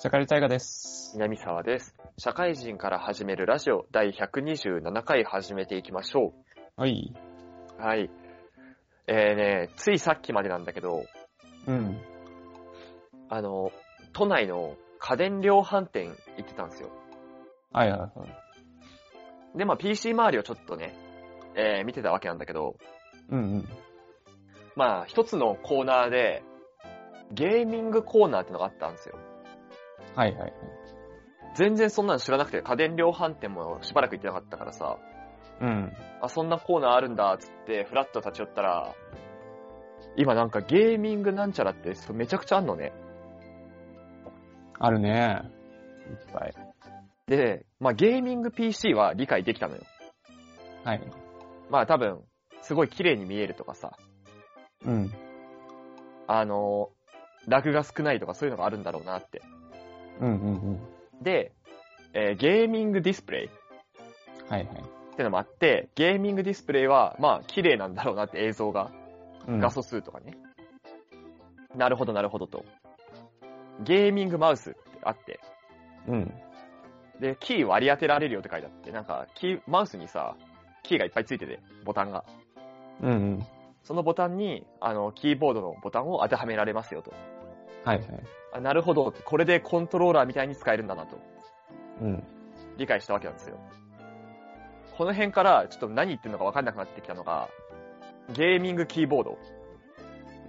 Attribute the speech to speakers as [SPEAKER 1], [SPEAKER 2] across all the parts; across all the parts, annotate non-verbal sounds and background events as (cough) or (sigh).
[SPEAKER 1] シャカリタイガです。
[SPEAKER 2] 南沢です。社会人から始めるラジオ第127回始めていきましょ
[SPEAKER 1] はい。
[SPEAKER 2] う。はい。えーね、ついさっきまでなんだけど、
[SPEAKER 1] うん。
[SPEAKER 2] あの、都内の家電量販店行ってたんですよ。
[SPEAKER 1] はいはいはい。
[SPEAKER 2] で、まあ PC 周りをちょっとね、えー見てたわけなんだけど、
[SPEAKER 1] うんうん。
[SPEAKER 2] まあ一つのコーナーで、ゲーミングコーナーってのがあったんですよ。
[SPEAKER 1] はいはいはい。
[SPEAKER 2] 全然そんなの知らなくて、家電量販店もしばらく行ってなかったからさ、
[SPEAKER 1] うん。
[SPEAKER 2] あ、そんなコーナーあるんだ、つって、フラッと立ち寄ったら、今なんかゲーミングなんちゃらって、そうめちゃくちゃあんのね。
[SPEAKER 1] あるね。いっぱい。
[SPEAKER 2] で、まあゲーミング PC は理解できたのよ。
[SPEAKER 1] はい。
[SPEAKER 2] まあ多分、すごい綺麗に見えるとかさ、
[SPEAKER 1] うん。
[SPEAKER 2] あのー、ラグが少ないとかそういうのがあるんだろうなって。
[SPEAKER 1] うんうんうん。
[SPEAKER 2] で、えーゲーミングディスプレイっ
[SPEAKER 1] はいはい。
[SPEAKER 2] てのもあって、ゲーミングディスプレイは、まあ綺麗なんだろうなって映像が。
[SPEAKER 1] うん
[SPEAKER 2] 画素数とかね。なるほどなるほどと。ゲーミングマウスってあって、
[SPEAKER 1] うん。
[SPEAKER 2] で、キー割り当てられるよって書いてあって、なんか、キー、マウスにさ、キーがいっぱいついてて、ボタンが。
[SPEAKER 1] うんうん。
[SPEAKER 2] そのボタンに、あの、キーボードのボタンを当てはめられますよと。
[SPEAKER 1] はいはい。
[SPEAKER 2] あ、なるほど。これでコントローラーみたいに使えるんだなと、
[SPEAKER 1] うん。
[SPEAKER 2] 理解したわけなんですよ。この辺から、ちょっと何言ってるのか分かんなくなってきたのが、ゲーミングキーボード。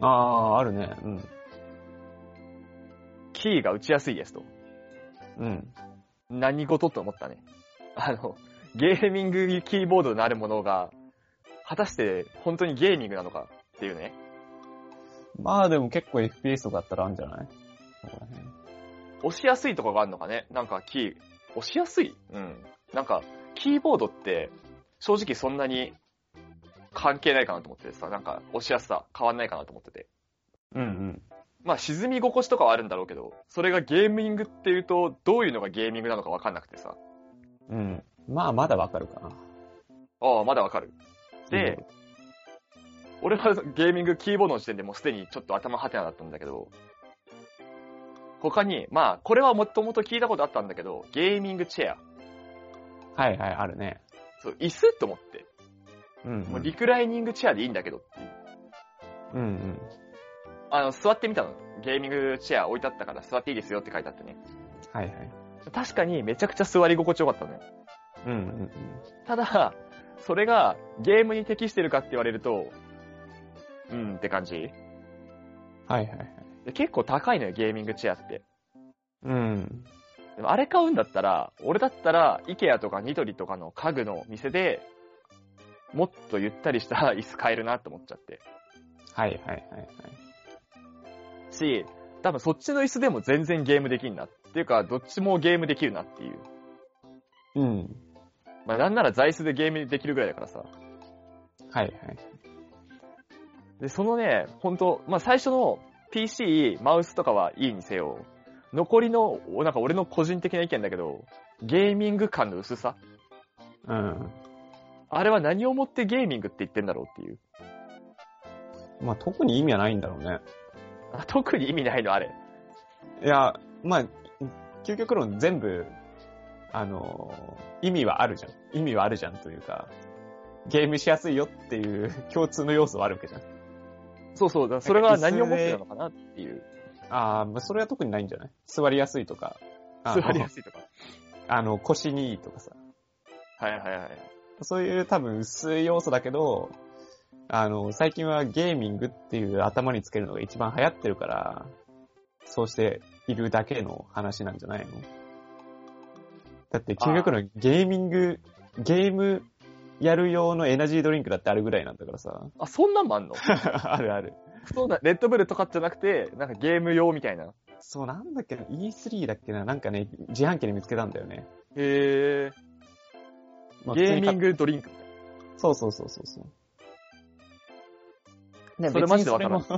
[SPEAKER 1] ああ、あるね。うん。
[SPEAKER 2] キーが打ちやすいですと。
[SPEAKER 1] うん。
[SPEAKER 2] 何事と思ったね。あの、ゲーミングキーボードなるものが、果たして本当にゲーミングなのかっていうね。
[SPEAKER 1] まあでも結構 FPS とかだったらあるんじゃないそこら辺。
[SPEAKER 2] 押しやすいとこがあるのかねなんかキー、押しやすいうん。なんか、キーボードって、正直そんなに関係ないかなと思っててさ、なんか押しやすさ変わんないかなと思ってて。
[SPEAKER 1] うん
[SPEAKER 2] まあ沈み心地とかはあるんだろうけど、それがゲーミングっていうと、どういうのがゲーミングなのかわかんなくてさ。
[SPEAKER 1] うん。うん。まあまだわかるかな。
[SPEAKER 2] ああ、まだわかる。で、俺は (laughs) ゲーミングキーボードの時点でもうすでにちょっと頭はてなだったんだけど、他に、まあ、これはもともと聞いたことあったんだけど、ゲーミングチェア。
[SPEAKER 1] はいはい、あるね。
[SPEAKER 2] そう、椅子と思って。
[SPEAKER 1] うん、う。
[SPEAKER 2] もうんリクライニングチェアでいいんだけどっていう。
[SPEAKER 1] うんうん。
[SPEAKER 2] あの、座ってみたの。ゲーミングチェア置いてあったから座っていいですよって書いてあってね。
[SPEAKER 1] はいはい。
[SPEAKER 2] 確かにめちゃくちゃ座り心地よかったのよ。
[SPEAKER 1] うんうんうん。
[SPEAKER 2] ただ、それがゲームに適してるかって言われると、うんって感じ。
[SPEAKER 1] はいはいはい。
[SPEAKER 2] で結構高いのよ、ゲーミングチェアって。
[SPEAKER 1] うん。
[SPEAKER 2] でもあれ買うんだったら、俺だったら、IKEA とかニトリとかの家具の店で、もっとゆったりした (laughs) 椅子買えるなって思っちゃって。
[SPEAKER 1] はいはいはいはい。
[SPEAKER 2] し、多分そっちの椅子でも全然ゲームできんな。っていうか、どっちもゲームできるなっていう。
[SPEAKER 1] うん。
[SPEAKER 2] まあ、なんなら座椅子でゲームできるぐらいだからさ。
[SPEAKER 1] はいはい。
[SPEAKER 2] で、そのね、ほんと、まあ、最初の PC、マウスとかはいいにせよ、残りの、おなんか俺の個人的な意見だけど、ゲーミング感の薄さ。
[SPEAKER 1] うん。
[SPEAKER 2] あれは何をもってゲーミングって言ってんだろうっていう。
[SPEAKER 1] まあ、特に意味はないんだろうね。
[SPEAKER 2] あ特に意味ないの、あれ。
[SPEAKER 1] いや、まあ、究極論全部、あの、意味はあるじゃん。意味はあるじゃんというか、ゲームしやすいよっていう (laughs) 共通の要素はあるわけじゃん。
[SPEAKER 2] そうそう、だからそれは何をもってなのかなっていう。
[SPEAKER 1] ああ、まあ、それは特にないんじゃない座りやすいとか、あ
[SPEAKER 2] 座
[SPEAKER 1] の
[SPEAKER 2] りやすいとか。
[SPEAKER 1] あの腰にいいとかさ。
[SPEAKER 2] はいはいはい。
[SPEAKER 1] そういう多分薄い要素だけど、あの、最近はゲーミングっていう頭につけるのが一番流行ってるから、そうしているだけの話なんじゃないのだって、究極のゲーミング、ゲームやる用のエナジードリンクだってあるぐらいなんだからさ。
[SPEAKER 2] あ、そんなんもあんの
[SPEAKER 1] (laughs) あるある。
[SPEAKER 2] そうだ、レッドブルとかじゃなくて、なんかゲーム用みたいな。
[SPEAKER 1] そう、なんだっけな、E3 だっけな、なんかね、自販機で見つけたんだよね。
[SPEAKER 2] へ
[SPEAKER 1] まあ
[SPEAKER 2] ゲー
[SPEAKER 1] 普通に
[SPEAKER 2] ミン
[SPEAKER 1] 買っ
[SPEAKER 2] グドリンクみたいな。
[SPEAKER 1] そうそうそうそうそう。
[SPEAKER 2] それマジでわからん
[SPEAKER 1] ん。そ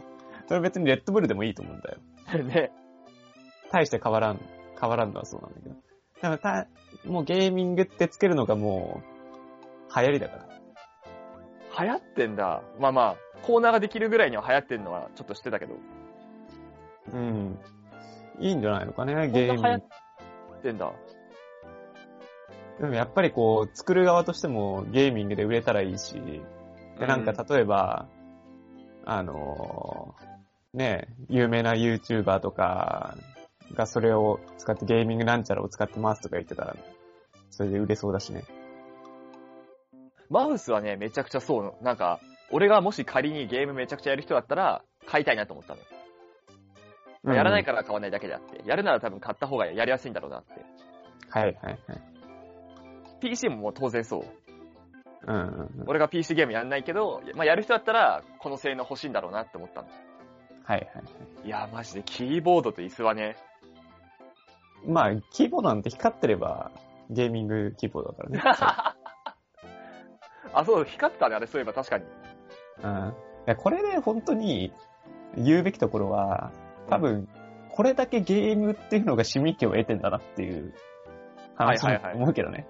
[SPEAKER 1] れ別にレッドブルでもいいと思うんだよ。
[SPEAKER 2] (laughs) ね。
[SPEAKER 1] 大して変わらん、変わらんのはそうなんだけど。だからた、もうゲーミングってつけるのがもう、流行りだから。
[SPEAKER 2] 流行ってんだ。まあまあ、コーナーができるぐらいには流行ってんのはちょっと知ってたけど。
[SPEAKER 1] うん。いいんじゃないのかね、
[SPEAKER 2] こん
[SPEAKER 1] ゲ
[SPEAKER 2] な
[SPEAKER 1] ー
[SPEAKER 2] 流行っ
[SPEAKER 1] ム。
[SPEAKER 2] てんだ。
[SPEAKER 1] でもやっぱりこう、作る側としてもゲーミングで売れたらいいし、で、なんか
[SPEAKER 2] う
[SPEAKER 1] 例えば、あのーね、有名な YouTuber とかがそれを使ってゲーミングなんちゃらを使ってますとか言ってたら、それで売れそうだしね。
[SPEAKER 2] マウスはね、めちゃくちゃそう、なんか、俺がもし仮にゲームめちゃくちゃやる人だったら、買いたいなと思ったのよ。やらない
[SPEAKER 1] か。
[SPEAKER 2] から買わないだけであって、やるなら多分買った方がやりやすいんだろうなって。
[SPEAKER 1] はいはいはい。
[SPEAKER 2] PC ももう当然そう。
[SPEAKER 1] うんうんうん。
[SPEAKER 2] 俺が PC ゲームやんないけど、まあ、やる人だったら、この性能欲しいんだろうなって思ったの。
[SPEAKER 1] はいはいはい。
[SPEAKER 2] いや、マジで、キーボードと椅子はね、
[SPEAKER 1] まあ、キーボードなんて光ってれば、ゲーミングキーボードだからね。
[SPEAKER 2] あ、そう、光ってたね、あれ、そういえば確かに。
[SPEAKER 1] うんいやこれで本当に言うべきところは、多分、これだけゲームっていうのが市民権を得てんだなっていう話
[SPEAKER 2] はい
[SPEAKER 1] だ
[SPEAKER 2] はいはい
[SPEAKER 1] と思うけどね。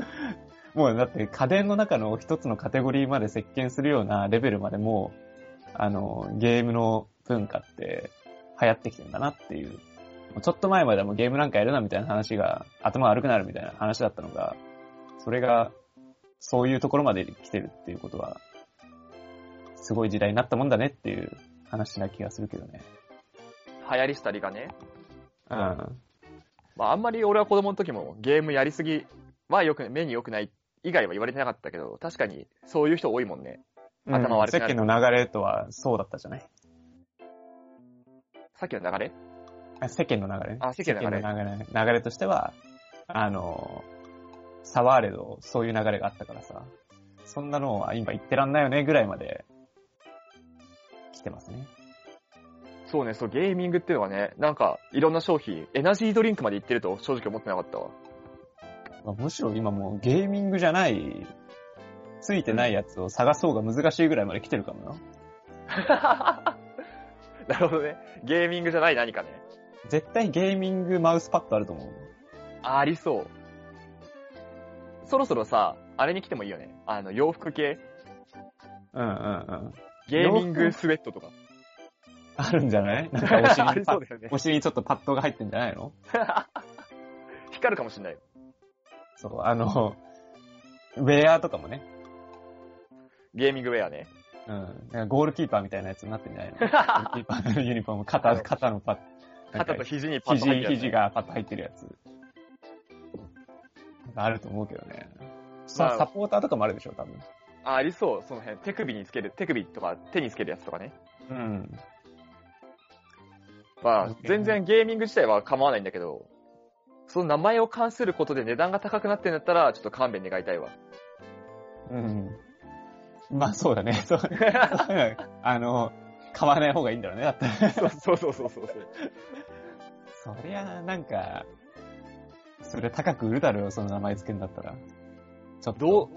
[SPEAKER 1] (laughs) もうだって家電の中の一つのカテゴリーまで席巻するようなレベルまでもう、あの、ゲームの文化って流行ってきてんだなっていう。もうちょっと前まではもうゲームなんかやるなみたいな話が、頭悪くなるみたいな話だったのが、それが、そういうところまで来てるっていうことは、すごい時代になったもんだねっていう話な気がするけどね。
[SPEAKER 2] 流行りしたりがね。
[SPEAKER 1] うん。
[SPEAKER 2] まあ、あんまり俺は子供の時も、ゲームやりすぎはよく、目に良くない、以外は言われてなかったけど、確かに、そういう人多いもんね。頭悪くなる
[SPEAKER 1] 世間の流れとはそうだったじゃない。
[SPEAKER 2] さっきの流れ
[SPEAKER 1] あ世間の流れね。
[SPEAKER 2] あ世間の流れ
[SPEAKER 1] 世の流れ。流れとしては、あの、差はあれど、そういう流れがあったからさ。そんなのは今言ってらんないよねぐらいまで来てますね。
[SPEAKER 2] そうね、そう、ゲーミングっていうのはね、なんか、いろんな商品、エナジードリンクまでいってると正直思ってなかったわ。 (laughs)
[SPEAKER 1] まあむしろ今もうゲーミングじゃない、ついてないやつを探そうが難しいぐらいまで来てるかもよ。
[SPEAKER 2] なるほどね。ゲーミングじゃない何かね。
[SPEAKER 1] 絶対ゲーミングマウスパッドあると思う。
[SPEAKER 2] ありそう。そろそろさ、あれに来てもいいよね。あの、洋服系。
[SPEAKER 1] うんうんうん。
[SPEAKER 2] ゲーミン
[SPEAKER 1] 洋
[SPEAKER 2] グ
[SPEAKER 1] 服
[SPEAKER 2] スウェットとか。
[SPEAKER 1] あるんじゃ
[SPEAKER 2] (laughs)
[SPEAKER 1] ないなんかお尻
[SPEAKER 2] あ
[SPEAKER 1] に
[SPEAKER 2] り
[SPEAKER 1] パ
[SPEAKER 2] そう
[SPEAKER 1] ッ
[SPEAKER 2] だよね。
[SPEAKER 1] お尻にちょっとパッドが入ってんじゃないの
[SPEAKER 2] 光るかもしんないよ。
[SPEAKER 1] そう、あの、ウェアとかもね。
[SPEAKER 2] ゲーミングウェアね。
[SPEAKER 1] うん。なんかゴールキーパーみたいなやつになってんじゃ
[SPEAKER 2] (laughs)
[SPEAKER 1] ないのゴールキーパーのユニフォーム、肩、肩のパッド。
[SPEAKER 2] 肩と
[SPEAKER 1] 肘、
[SPEAKER 2] 肘にパッと入
[SPEAKER 1] 肘、
[SPEAKER 2] ってるやつね、
[SPEAKER 1] 肘がパッと入ってるやつ。なんかあると思うけどね。
[SPEAKER 2] ま
[SPEAKER 1] さ
[SPEAKER 2] あ
[SPEAKER 1] サポーターとかもあるでしょ、多分。
[SPEAKER 2] あ、ありそう。その辺。手首につける、手首とか手につけるやつとかね。
[SPEAKER 1] うん。
[SPEAKER 2] まあ
[SPEAKER 1] 確、かに
[SPEAKER 2] 全然ゲーミング自体は構わないんだけど、その名前を関することで値段が高くなってんだったら、ちょっと勘弁願いた
[SPEAKER 1] (laughs)
[SPEAKER 2] いわ。
[SPEAKER 1] うん。まあそうだね。
[SPEAKER 2] (laughs)
[SPEAKER 1] そうあの、買わない方がいいんだろうね、だったら。
[SPEAKER 2] そうそうそうそうそう。
[SPEAKER 1] そりゃ、なんか、それ高く売るだろうよ、その名前付けんだったら。ちょっと。
[SPEAKER 2] どう、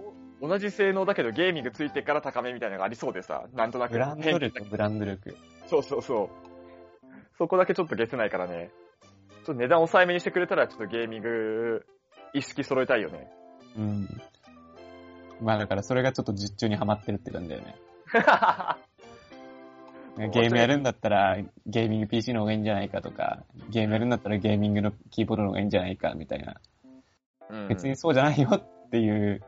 [SPEAKER 2] 同じ性能だけどゲーミングついてから高めみたいなのがありそうでさ、なんとなく。
[SPEAKER 1] ブランド力、ブランド力。
[SPEAKER 2] そうそうそう。そこだけちょっとゲスないからね。ちょっと値段抑えめにしてくれたら、ちょっとゲーミング、意識揃えたいよね。
[SPEAKER 1] (laughs) うん。まあだからそれがちょっと実中にはまってるって感じだよね。ゲームやるんだったらゲーミング PC の方がいいんじゃないかとか、ゲームやるんだったらゲーミングのキーボードの方がいいんじゃないかみたいな。
[SPEAKER 2] うん
[SPEAKER 1] 別にそうじゃないよっていう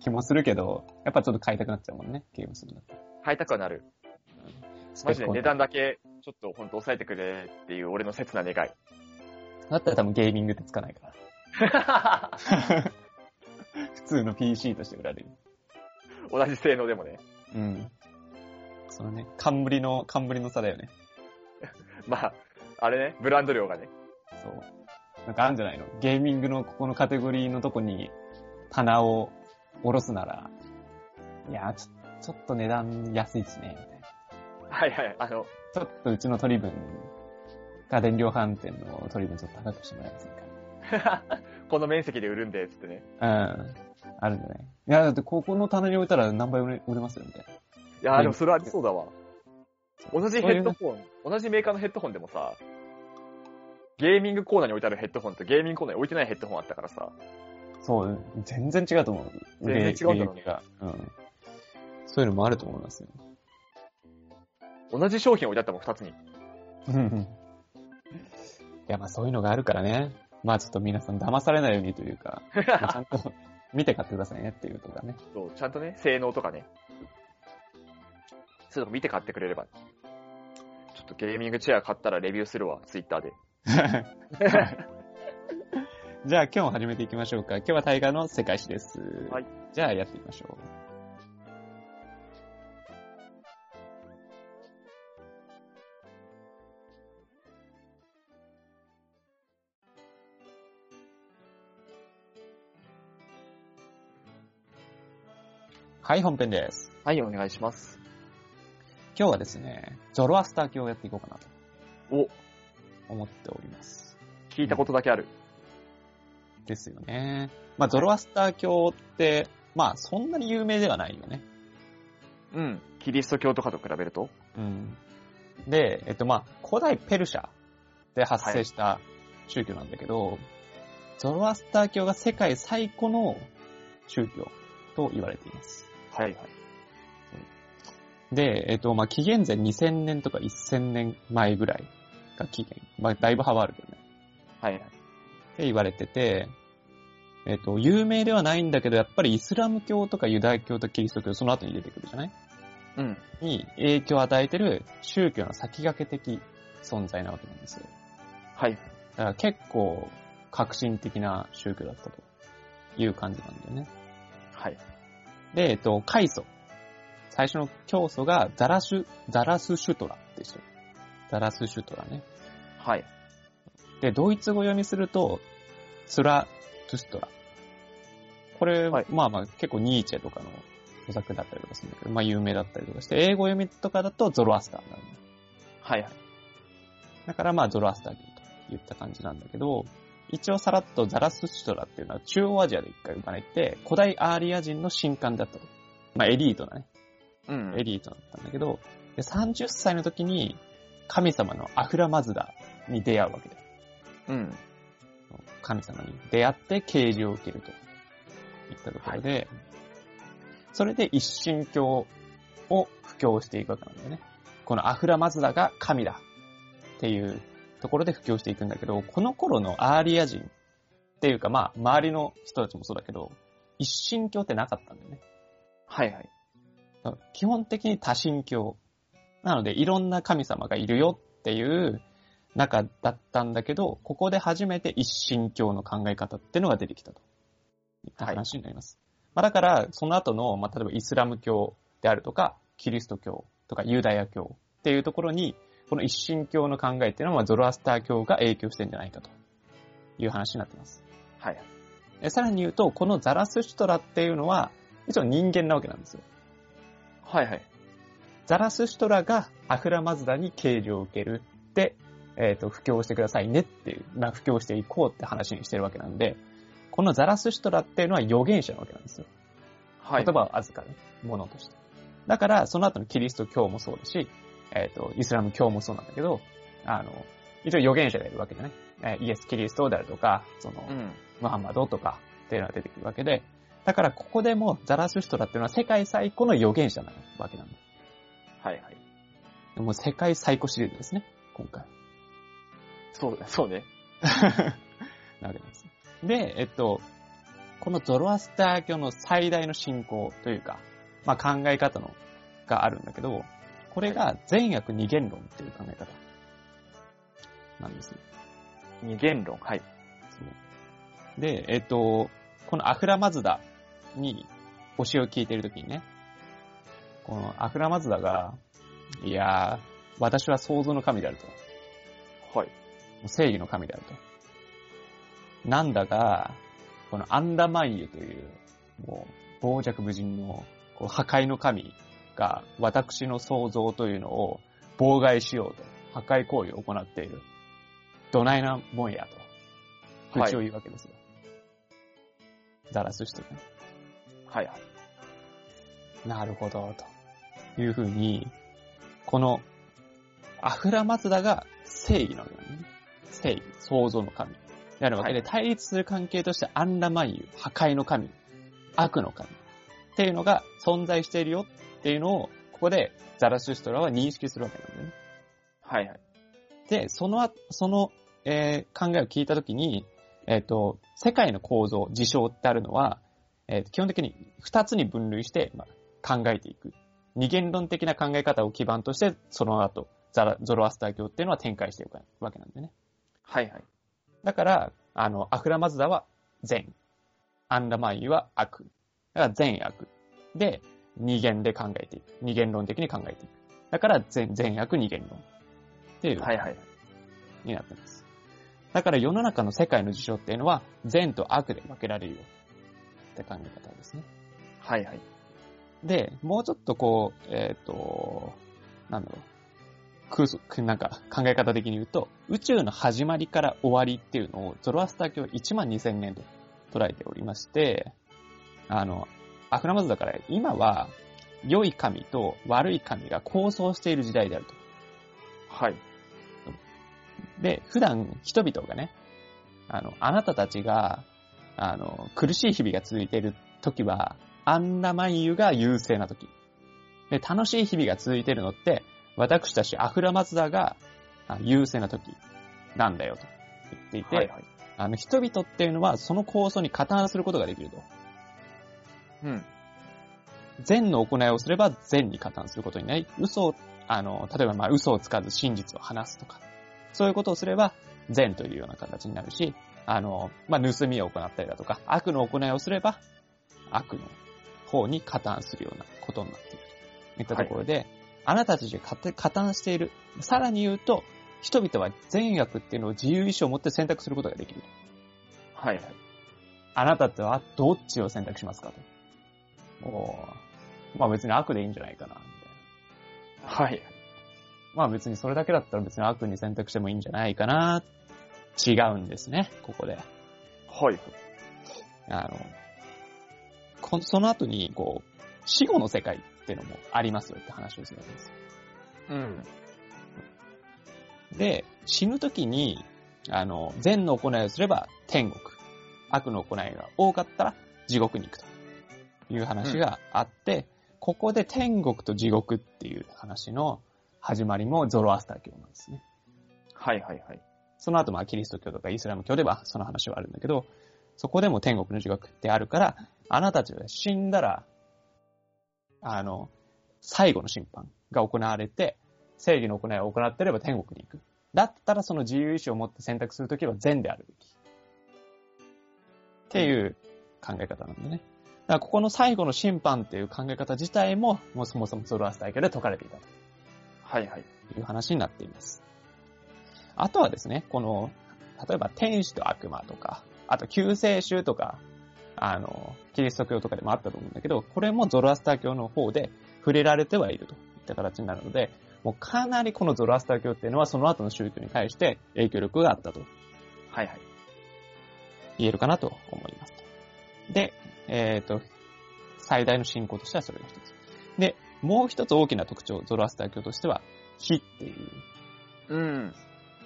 [SPEAKER 1] 気もするけど、やっぱちょっと買いたくなっちゃうもんね、ゲームするんだったら。
[SPEAKER 2] 買いたくはなる。マジで値段だけ、ちょっとほんと抑えてくれっていう俺の切な願い。
[SPEAKER 1] だったら多分ゲーミングってつかないから。普通の PC として売られる。
[SPEAKER 2] 同じ性能でもね。
[SPEAKER 1] うん。そのね、冠の、冠の差だよね。
[SPEAKER 2] まあ、あれね、ブランド量がね。
[SPEAKER 1] そう。なんかあるんじゃないのゲーミングのここのカテゴリーのとこに棚を下ろすなら、いやーちょ、ちょっと値段安いしね、みたいな。
[SPEAKER 2] はいはい、あの、
[SPEAKER 1] ちょっとうちの取り分、家電量販店の取り分ちょっと高くしてもらえません
[SPEAKER 2] この面積で売るんで、つってね。
[SPEAKER 1] か。うん。あるんじゃないいや、だってここの棚に置いたら何倍売れ売れますよ、みたい
[SPEAKER 2] いやーでもそれはありそうだわ。
[SPEAKER 1] な。
[SPEAKER 2] 同じヘッドホン、同じメーカーのヘッドホンでもさ、ゲーミングコーナーに置いてあるヘッドホンとゲーミングコーナーに置いてないヘッドホンあったからさ、
[SPEAKER 1] そう、全然違うと思う。
[SPEAKER 2] 全然違うんだろう
[SPEAKER 1] 売れ行
[SPEAKER 2] ね
[SPEAKER 1] きがうん。そういうのもあると思いますよ。 (laughs)
[SPEAKER 2] 同じ商品置いてあったもん、二つに。
[SPEAKER 1] うんや、まあそういうのがあるからね。まあちょっと皆さん騙されないようにというか、まあちゃんと (laughs) 見て買ってくださいねっていうとかね。
[SPEAKER 2] そうちゃんとね、性能とかね、そういうの見て買ってくれれば、ちょっとゲーミングチェア買ったらレビューするわ、ツイッターで。
[SPEAKER 1] じゃあ今日も始めていきましょうか。今日はタイガーの世界史です。
[SPEAKER 2] はい
[SPEAKER 1] じゃあやっていきましょう。はい、本編です。
[SPEAKER 2] (laughs) はい、お願いします。
[SPEAKER 1] 今日はですね、ゾロアスター教をやっていこうかなと
[SPEAKER 2] お、
[SPEAKER 1] 思っております。
[SPEAKER 2] 聞いたことだけある。
[SPEAKER 1] ですよね。まあ、ゾロアスター教って、まあ、そんなに有名ではないよね。
[SPEAKER 2] うん。キリスト教とかと比べると
[SPEAKER 1] うん。で、えっと、まあ、古代ペルシャで発生した宗教なんだけど、ゾロアスター教が世界最古の宗教と言われています。
[SPEAKER 2] はいはい。
[SPEAKER 1] で、えっと、まあ、紀元前2000年とか1000年前ぐらいが起源。まあ、だいぶ幅あるけどね。
[SPEAKER 2] はいはい。
[SPEAKER 1] って言われてて、えっ、と、有名ではないんだけど、やっぱりイスラム教とかユダヤ教とキリスト教、その後に出てくるじゃない
[SPEAKER 2] うん。
[SPEAKER 1] に影響を与えてる宗教の先駆け的存在なわけなんですよ。
[SPEAKER 2] はい。
[SPEAKER 1] だから結構革新的な宗教だったという感じなんだよね。
[SPEAKER 2] はい。
[SPEAKER 1] で、えっ、と、開祖。最初の教祖がザラシュ、ザラスシュトラでした。ザラスシュトラね。
[SPEAKER 2] はい。
[SPEAKER 1] で、ドイツ語読みすると、スラ・トゥストラ。これ、
[SPEAKER 2] はい
[SPEAKER 1] まあまあ結構ニーチェとかの著作だったりとかするんだけど、まあ有名だったりとかして、英語読みとかだとゾロアスターになるね。
[SPEAKER 2] はいはい。
[SPEAKER 1] だからまあゾロアスター教と言った感じなんだけど、一応さらっとザラスシュトラっていうのは中央アジアで一回生まれて、古代アーリア人の神官だったと。まあエリートだね。
[SPEAKER 2] うん。
[SPEAKER 1] エリートだったんだけど、で30歳の時に神様のアフラマズダに出会うわけだよ
[SPEAKER 2] うん。
[SPEAKER 1] 神様に出会って啓示を受けると言ったところで、それで一神教を布教していくわけなんだよね。このアフラマズダが神だっていうところで布教していくんだけど、この頃のアーリア人っていうかまあ周りの人たちもそうだけど、一神教ってなかったんだよね。
[SPEAKER 2] はいはい。
[SPEAKER 1] 基本的に多神教。なので、いろんな神様がいるよっていう中だったんだけど、ここで初めて一神教の考え方っていうのが出てきたと。いった話になります。まあ、だから、その後の、まあ、例えばイスラム教であるとか、キリスト教とかユダヤ教っていうところに、この一神教の考えっていうのは、まあゾロアスター教が影響してんじゃないかという話になってます。
[SPEAKER 2] はいはい。
[SPEAKER 1] えさらに言うと、このザラスシュトラっていうのは、一応人間なわけなんですよ。
[SPEAKER 2] はいはい。
[SPEAKER 1] ザラスシュトラがアフラマズダに敬礼を受けるって、えっ、と、布教してくださいねっていう、まあ、布教していこうって話にしてるわけなんで、このザラスシュトラっていうのは預言者なわけなんですよ。
[SPEAKER 2] はい。
[SPEAKER 1] 言葉を預かるものとして。だから、その後のキリスト教もそうだし、えっ、と、イスラム教もそうなんだけど、あの、一応預言者がいるわけじゃない。えーイエス・キリストであるとか、その、
[SPEAKER 2] うん。
[SPEAKER 1] ムハンマドとかっていうのが出てくるわけで、だからここでもザラスシュトラっていうのは世界最古の預言者なわけなんだ。
[SPEAKER 2] はいはい。
[SPEAKER 1] もう世界最古シリーズですね、今回。
[SPEAKER 2] そうだ、そうね。
[SPEAKER 1] なわけなんです。で、えっと、このゾロアスター教の最大の信仰というか、まあ考え方の、があるんだけど、これが善悪二元論っていう考え方なんですよ。
[SPEAKER 2] 二元論。はい。
[SPEAKER 1] そうで、えっと、このアフラマズダに教えを聞いているときにね、このアフラマズダが、いやー、私は創造の神であると。
[SPEAKER 2] はい。
[SPEAKER 1] 正義の神であると。なんだが、このアンダマイユという、もう、傍若無人の、こう破壊の神が、私の創造というのを妨害しようと、破壊行為を行っている。どないなもんやと、
[SPEAKER 2] はい
[SPEAKER 1] 口を言うわけですよ。ザラスしてね。
[SPEAKER 2] はいはい。
[SPEAKER 1] なるほど、というふうに、この、アフラマツダが正義なわけだね。正義、創造の神。であるわけで、対立する関係としてアンラマイユ、破壊の神、悪の神っていうのが存在しているよっていうのを、ここでザラシュストラは認識するわけなんだよね。
[SPEAKER 2] はいはい。
[SPEAKER 1] で、その後、そのえー考えを聞いたときに、えっ、と、世界の構造、事象ってあるのは、えー基本的に2つに分類して、まあ、考えていく。二元論的な考え方を基盤として、その後、ザラゾロアスター教っていうのは展開していくわけなんでね。
[SPEAKER 2] はいはい。
[SPEAKER 1] だから、あの、アフラマズダは善。アンラマイは悪。だから善悪。で、二元で考えていく。二元論的に考えていく。だから善、善悪二元論。っていう、
[SPEAKER 2] はいはい。
[SPEAKER 1] になってます。だから世の中の世界の事象っていうのは、善と悪で分けられるよ。って考え方ですね。
[SPEAKER 2] はいはい。
[SPEAKER 1] で、もうちょっとこう、えっ、と、なんだろう。空想くなんか考え方的に言うと、宇宙の始まりから終わりっていうのをゾロアスター教1万2000年と捉えておりまして、あの、アフラマズだから今は良い神と悪い神が構想している時代であると。
[SPEAKER 2] はい。
[SPEAKER 1] で、普段人々がね、あの、あなたたちが、あの、苦しい日々が続いている時は、アンナマイユが優勢な時。で、楽しい日々が続いているのって、私たちアフラマツダがあ優勢な時なんだよと言っていて、
[SPEAKER 2] はいはい。
[SPEAKER 1] あの、人々っていうのはその構想に加担することができると。
[SPEAKER 2] うん。
[SPEAKER 1] 善の行いをすれば善に加担することになり、嘘を、あの、例えばまあ嘘をつかず真実を話すとか、そういうことをすれば善というような形になるし、あの、まあ盗みを行ったりだとか、悪の行いをすれば悪の方に加担するようなことになっている。といったところで、あなたたちが加加担している。さらに言うと、人々は善悪っていうのを自由意志を持って選択することができる。
[SPEAKER 2] はいはい。
[SPEAKER 1] あなたとはどっちを選択しますかと。もう、まあ別に悪でいいんじゃないかな、みたいな。
[SPEAKER 2] はい。
[SPEAKER 1] まあ別にそれだけだったら別に悪に選択してもいいんじゃないかな。違うんですね、ここで。
[SPEAKER 2] はい。
[SPEAKER 1] あの、こその後に、こう、死後の世界っていうのもありますよって話をするわけです。
[SPEAKER 2] うん。
[SPEAKER 1] で、死ぬ時に、あの、善の行いをすれば天国、悪の行いが多かったら地獄に行くという話があって、ここで天国と地獄っていう話の始まりもゾロアスター教なんですね。
[SPEAKER 2] はいはいはい。
[SPEAKER 1] その後、まあ、キリスト教とかイスラム教ではその話はあるんだけど、そこでも天国の地獄ってあるから、あなたたちが死んだら、あの、最後の審判が行われて、正義の行いを行ってれば天国に行く。だったらその自由意志を持って選択するときは善であるべき。っていう考え方なんだね。だからここの最後の審判っていう考え方自体も、もうそもそもゾロアスター教で解かれていたと。
[SPEAKER 2] はいはい。
[SPEAKER 1] という話になっています。あとはですね、この、例えば天使と悪魔とか、あと救世主とか、あの、キリスト教とかでもあったと思うんだけど、これもゾロアスター教の方で触れられてはいるといった形になるので、もうかなりこのゾロアスター教っていうのはその後の宗教に対して影響力があったと
[SPEAKER 2] はいはい。
[SPEAKER 1] 言えるかなと思います。で、えっ、と、最大の信仰としてはそれが一つ。で、もう一つ大きな特徴、ゾロアスター教としては、火っていう
[SPEAKER 2] うん。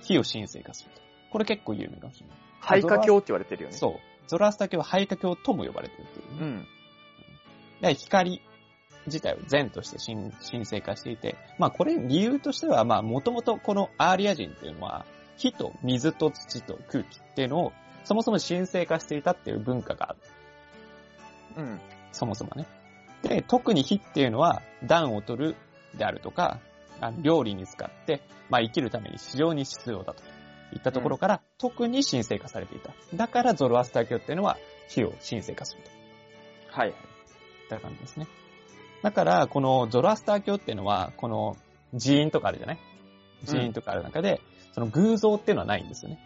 [SPEAKER 1] 火を神聖化すると。これ結構有名かもしれない。
[SPEAKER 2] 廃家教って言われてるよね。
[SPEAKER 1] そう。ゾロアスター教は廃家教とも呼ばれてるっていうね、
[SPEAKER 2] ん。
[SPEAKER 1] で光自体を善として神神聖化していて、まあこれ理由としては、まあもともとこのアーリア人っていうのは、火と水と土と空気っていうのを、そもそも神聖化していたっていう文化がある。
[SPEAKER 2] うん。
[SPEAKER 1] そもそもね。で、特に火っていうのは、暖を取るであるとか、あの料理に使って、まあ生きるために非常に必要だといったところから、特に神聖化されていた。だからゾロアスター教っていうのは火を神聖化するとい
[SPEAKER 2] はいは
[SPEAKER 1] っ
[SPEAKER 2] い。
[SPEAKER 1] た感じですね。だから、このゾロアスター教っていうのは、この寺院とかあるじゃない寺院とかある中で、その偶像っていうのはないんですよね。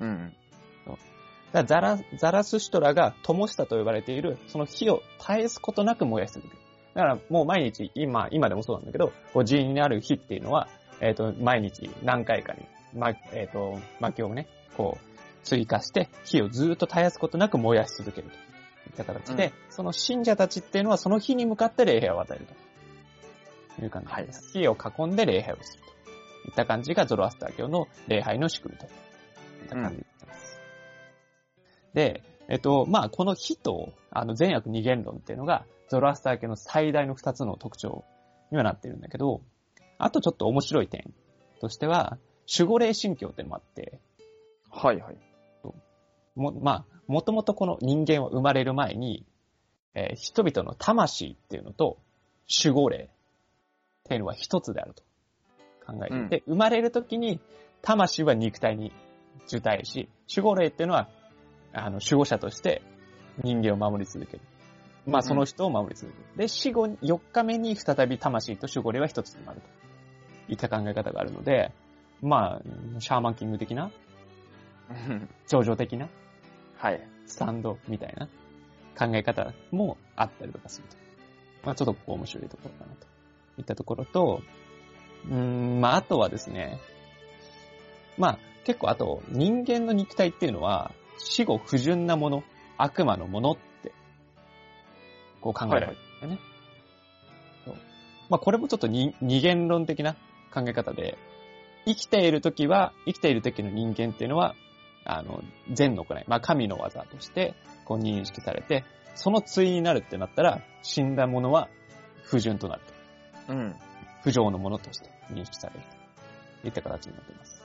[SPEAKER 2] うん。
[SPEAKER 1] だからザラザラスシュトラが灯したと呼ばれている、その火を絶えすことなく燃やしてくる。だからもう毎日、今、今でもそうなんだけど、こう寺院にある火っていうのは、えっ、と、毎日何回かに、ま、えっ、と、薪をね、こう、追加して、火をずーっと絶やすことなく燃やし続けると。いった形で、
[SPEAKER 2] うん
[SPEAKER 1] その信者たちっていうのはその火に向かって礼拝を与えると。いう感じです。火を囲んで礼拝をすると。いった感じがゾロアスター教の礼拝の仕組みと。いった感じになってます。で、えっと、まあ、この火と、あの、善悪二元論っていうのが、ゾロアスター系の最大の二つの特徴にはなってるんだけど、あとちょっと面白い点としては、守護霊信教っていうのもあって、
[SPEAKER 2] はいはい。
[SPEAKER 1] も、まあ、もともとこの人間は生まれる前に、えー人々の魂っていうのと守護霊っていうのは一つであると考えていて、生まれる時に魂は肉体に受胎し、守護霊っていうのは、あの、守護者として人間を守り続ける。まあ、その人を守り続ける。で、死後4日目に再び魂と守護霊は一つになるといった考え方があるので、まあ、シャーマンキング的な、頂上的な
[SPEAKER 2] はい。
[SPEAKER 1] スタンドみたいな考え方もあったりとかすると。まあちょっとここ面白いところかなと。いったところと、うーん、まああとはですね、まあ結構あと人間の肉体っていうのは死後不純なもの、悪魔のものって、こう考えられるんだよね。そうまあこれもちょっとに二元論的な考え方で、生きている時は、生きている時の人間っていうのは、あの、善の行い、まあ神の技として、こう認識されて、その対になるってなったら、死んだものは不純となると。
[SPEAKER 2] うん。
[SPEAKER 1] 不浄のものとして認識されるといった形になっています。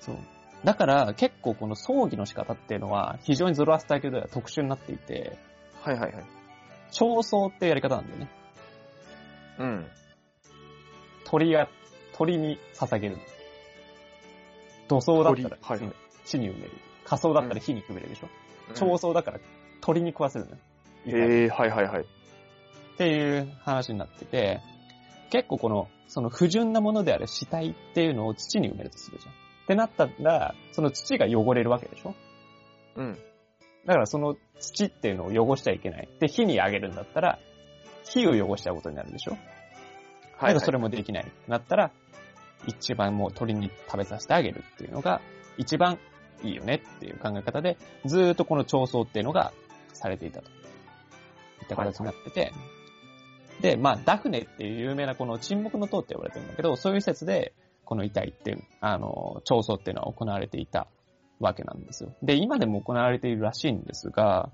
[SPEAKER 1] そう。だから結構この葬儀の仕方っていうのは非常にゾロアスター教では特殊になっていて、
[SPEAKER 2] はいはいはい。
[SPEAKER 1] 長葬ってやり方なんだよね。
[SPEAKER 2] うん。
[SPEAKER 1] 鳥が、鳥に捧げるんです。土葬だったら
[SPEAKER 2] 鳥はい
[SPEAKER 1] 地に埋める。火葬だったら火にくべるでしょ。長
[SPEAKER 2] 調
[SPEAKER 1] 葬だから鳥に食わせるのよ。
[SPEAKER 2] ええはいはいはい。
[SPEAKER 1] っていう話になってて、結構この、その不純なものである死体っていうのを土に埋めるとするじゃん。ってなったら、その土が汚れるわけでしょ
[SPEAKER 2] うん。
[SPEAKER 1] だからその土っていうのを汚しちゃいけない。で、火にあげるんだったら、火を汚しちゃうことになるでしょ
[SPEAKER 2] はい、
[SPEAKER 1] だからそれもできない。なったら、一番もう鳥に食べさせてあげるっていうのが、一番いいよねっていう考え方で、ずーっとこの調層っていうのがされていたと。いった形になってて、で、まあ、ダフネっていう有名なこの沈黙の塔って呼ばれてるんだけど、そういう施設で、この遺体っていう、あの、調層っていうのは行われていたわけなんですよ。で、今でも行われているらしいんですが、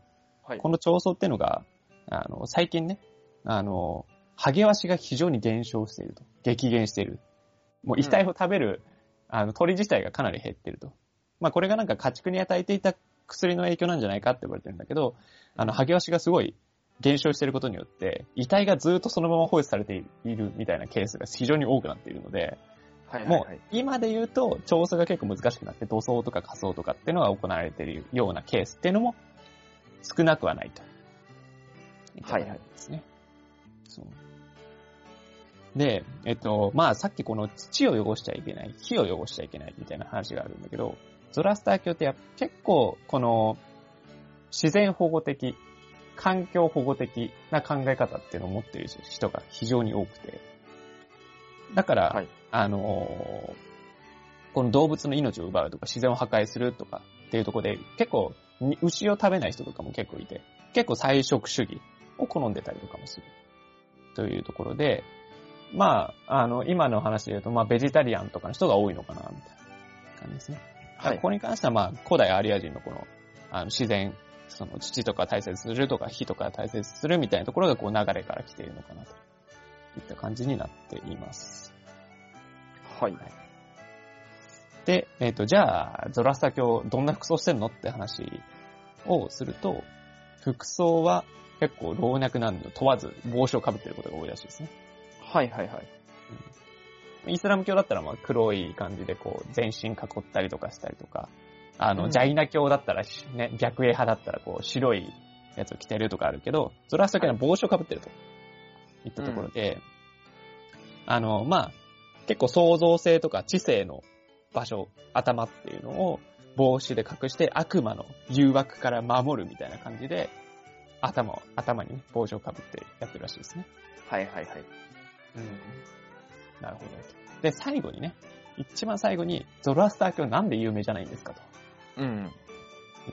[SPEAKER 2] はい
[SPEAKER 1] この調層っていうのが、あの、最近ね、あの、ハゲワシが非常に減少していると。激減している。もう遺体を食べる、あの、鳥自体がかなり減ってると。まあ、これがなんか家畜に与えていた薬の影響なんじゃないかって言われてるんだけど、あの、ハゲワシがすごい減少していることによって、遺体がずっとそのまま放置されているみたいなケースが非常に多くなっているので、
[SPEAKER 2] はいはい
[SPEAKER 1] も
[SPEAKER 2] は
[SPEAKER 1] う
[SPEAKER 2] い。
[SPEAKER 1] 今で言うと調査が結構難しくなって土葬とか仮葬とかっていうのが行われているようなケースっていうのも少なくはないと。
[SPEAKER 2] はいは
[SPEAKER 1] で
[SPEAKER 2] い
[SPEAKER 1] すね。そう。で、えっと、まあさっきこの土を汚しちゃいけない、火を汚しちゃいけないみたいな話があるんだけど、ゾラスター教ってやっぱ結構この自然保護的、環境保護的な考え方っていうのを持っている人が非常に多くて。だから、
[SPEAKER 2] はい
[SPEAKER 1] あのーこの動物の命を奪うとか自然を破壊するとかっていうところで結構に牛を食べない人とかも結構いて、結構菜食主義を好んでたりとかもする。というところで、まあ、あの、今の話で言うと、まあ、ベジタリアンとかの人が多いのかな、みたいな感じですね。
[SPEAKER 2] はい
[SPEAKER 1] ここに関しては、まあ、古代アリア人のこの、あの、自然、その、土とか大切にするとか、火とか大切にするみたいなところが、こう、流れから来ているのかな、といった感じになっています。
[SPEAKER 2] はい。
[SPEAKER 1] で、えっ、と、じゃあ、ゾラスタ教、どんな服装してんのって話をすると、服装は結構老若男女問わず帽子をかぶってることが多いらしいですね。
[SPEAKER 2] はいはいはい。
[SPEAKER 1] イスラム教だったらまあ黒い感じでこう全身囲ったりとかしたりとか、あの、
[SPEAKER 2] うん
[SPEAKER 1] ジャイナ教だったらしね、白衛派だったらこう白いやつを着てるとかあるけど、ゾラスタ教は帽子をかぶってるといったところで、あの、まあ、結構創造性とか知性の場所、頭っていうのを帽子で隠して悪魔の誘惑から守るみたいな感じで、頭を、頭にね帽子をかぶってやってるらしいですね。
[SPEAKER 2] はいはいはい。
[SPEAKER 1] なるほど。で、最後にね、一番最後に、ゾロアスター教なんで有名じゃないんですかと
[SPEAKER 2] うん。
[SPEAKER 1] 言っ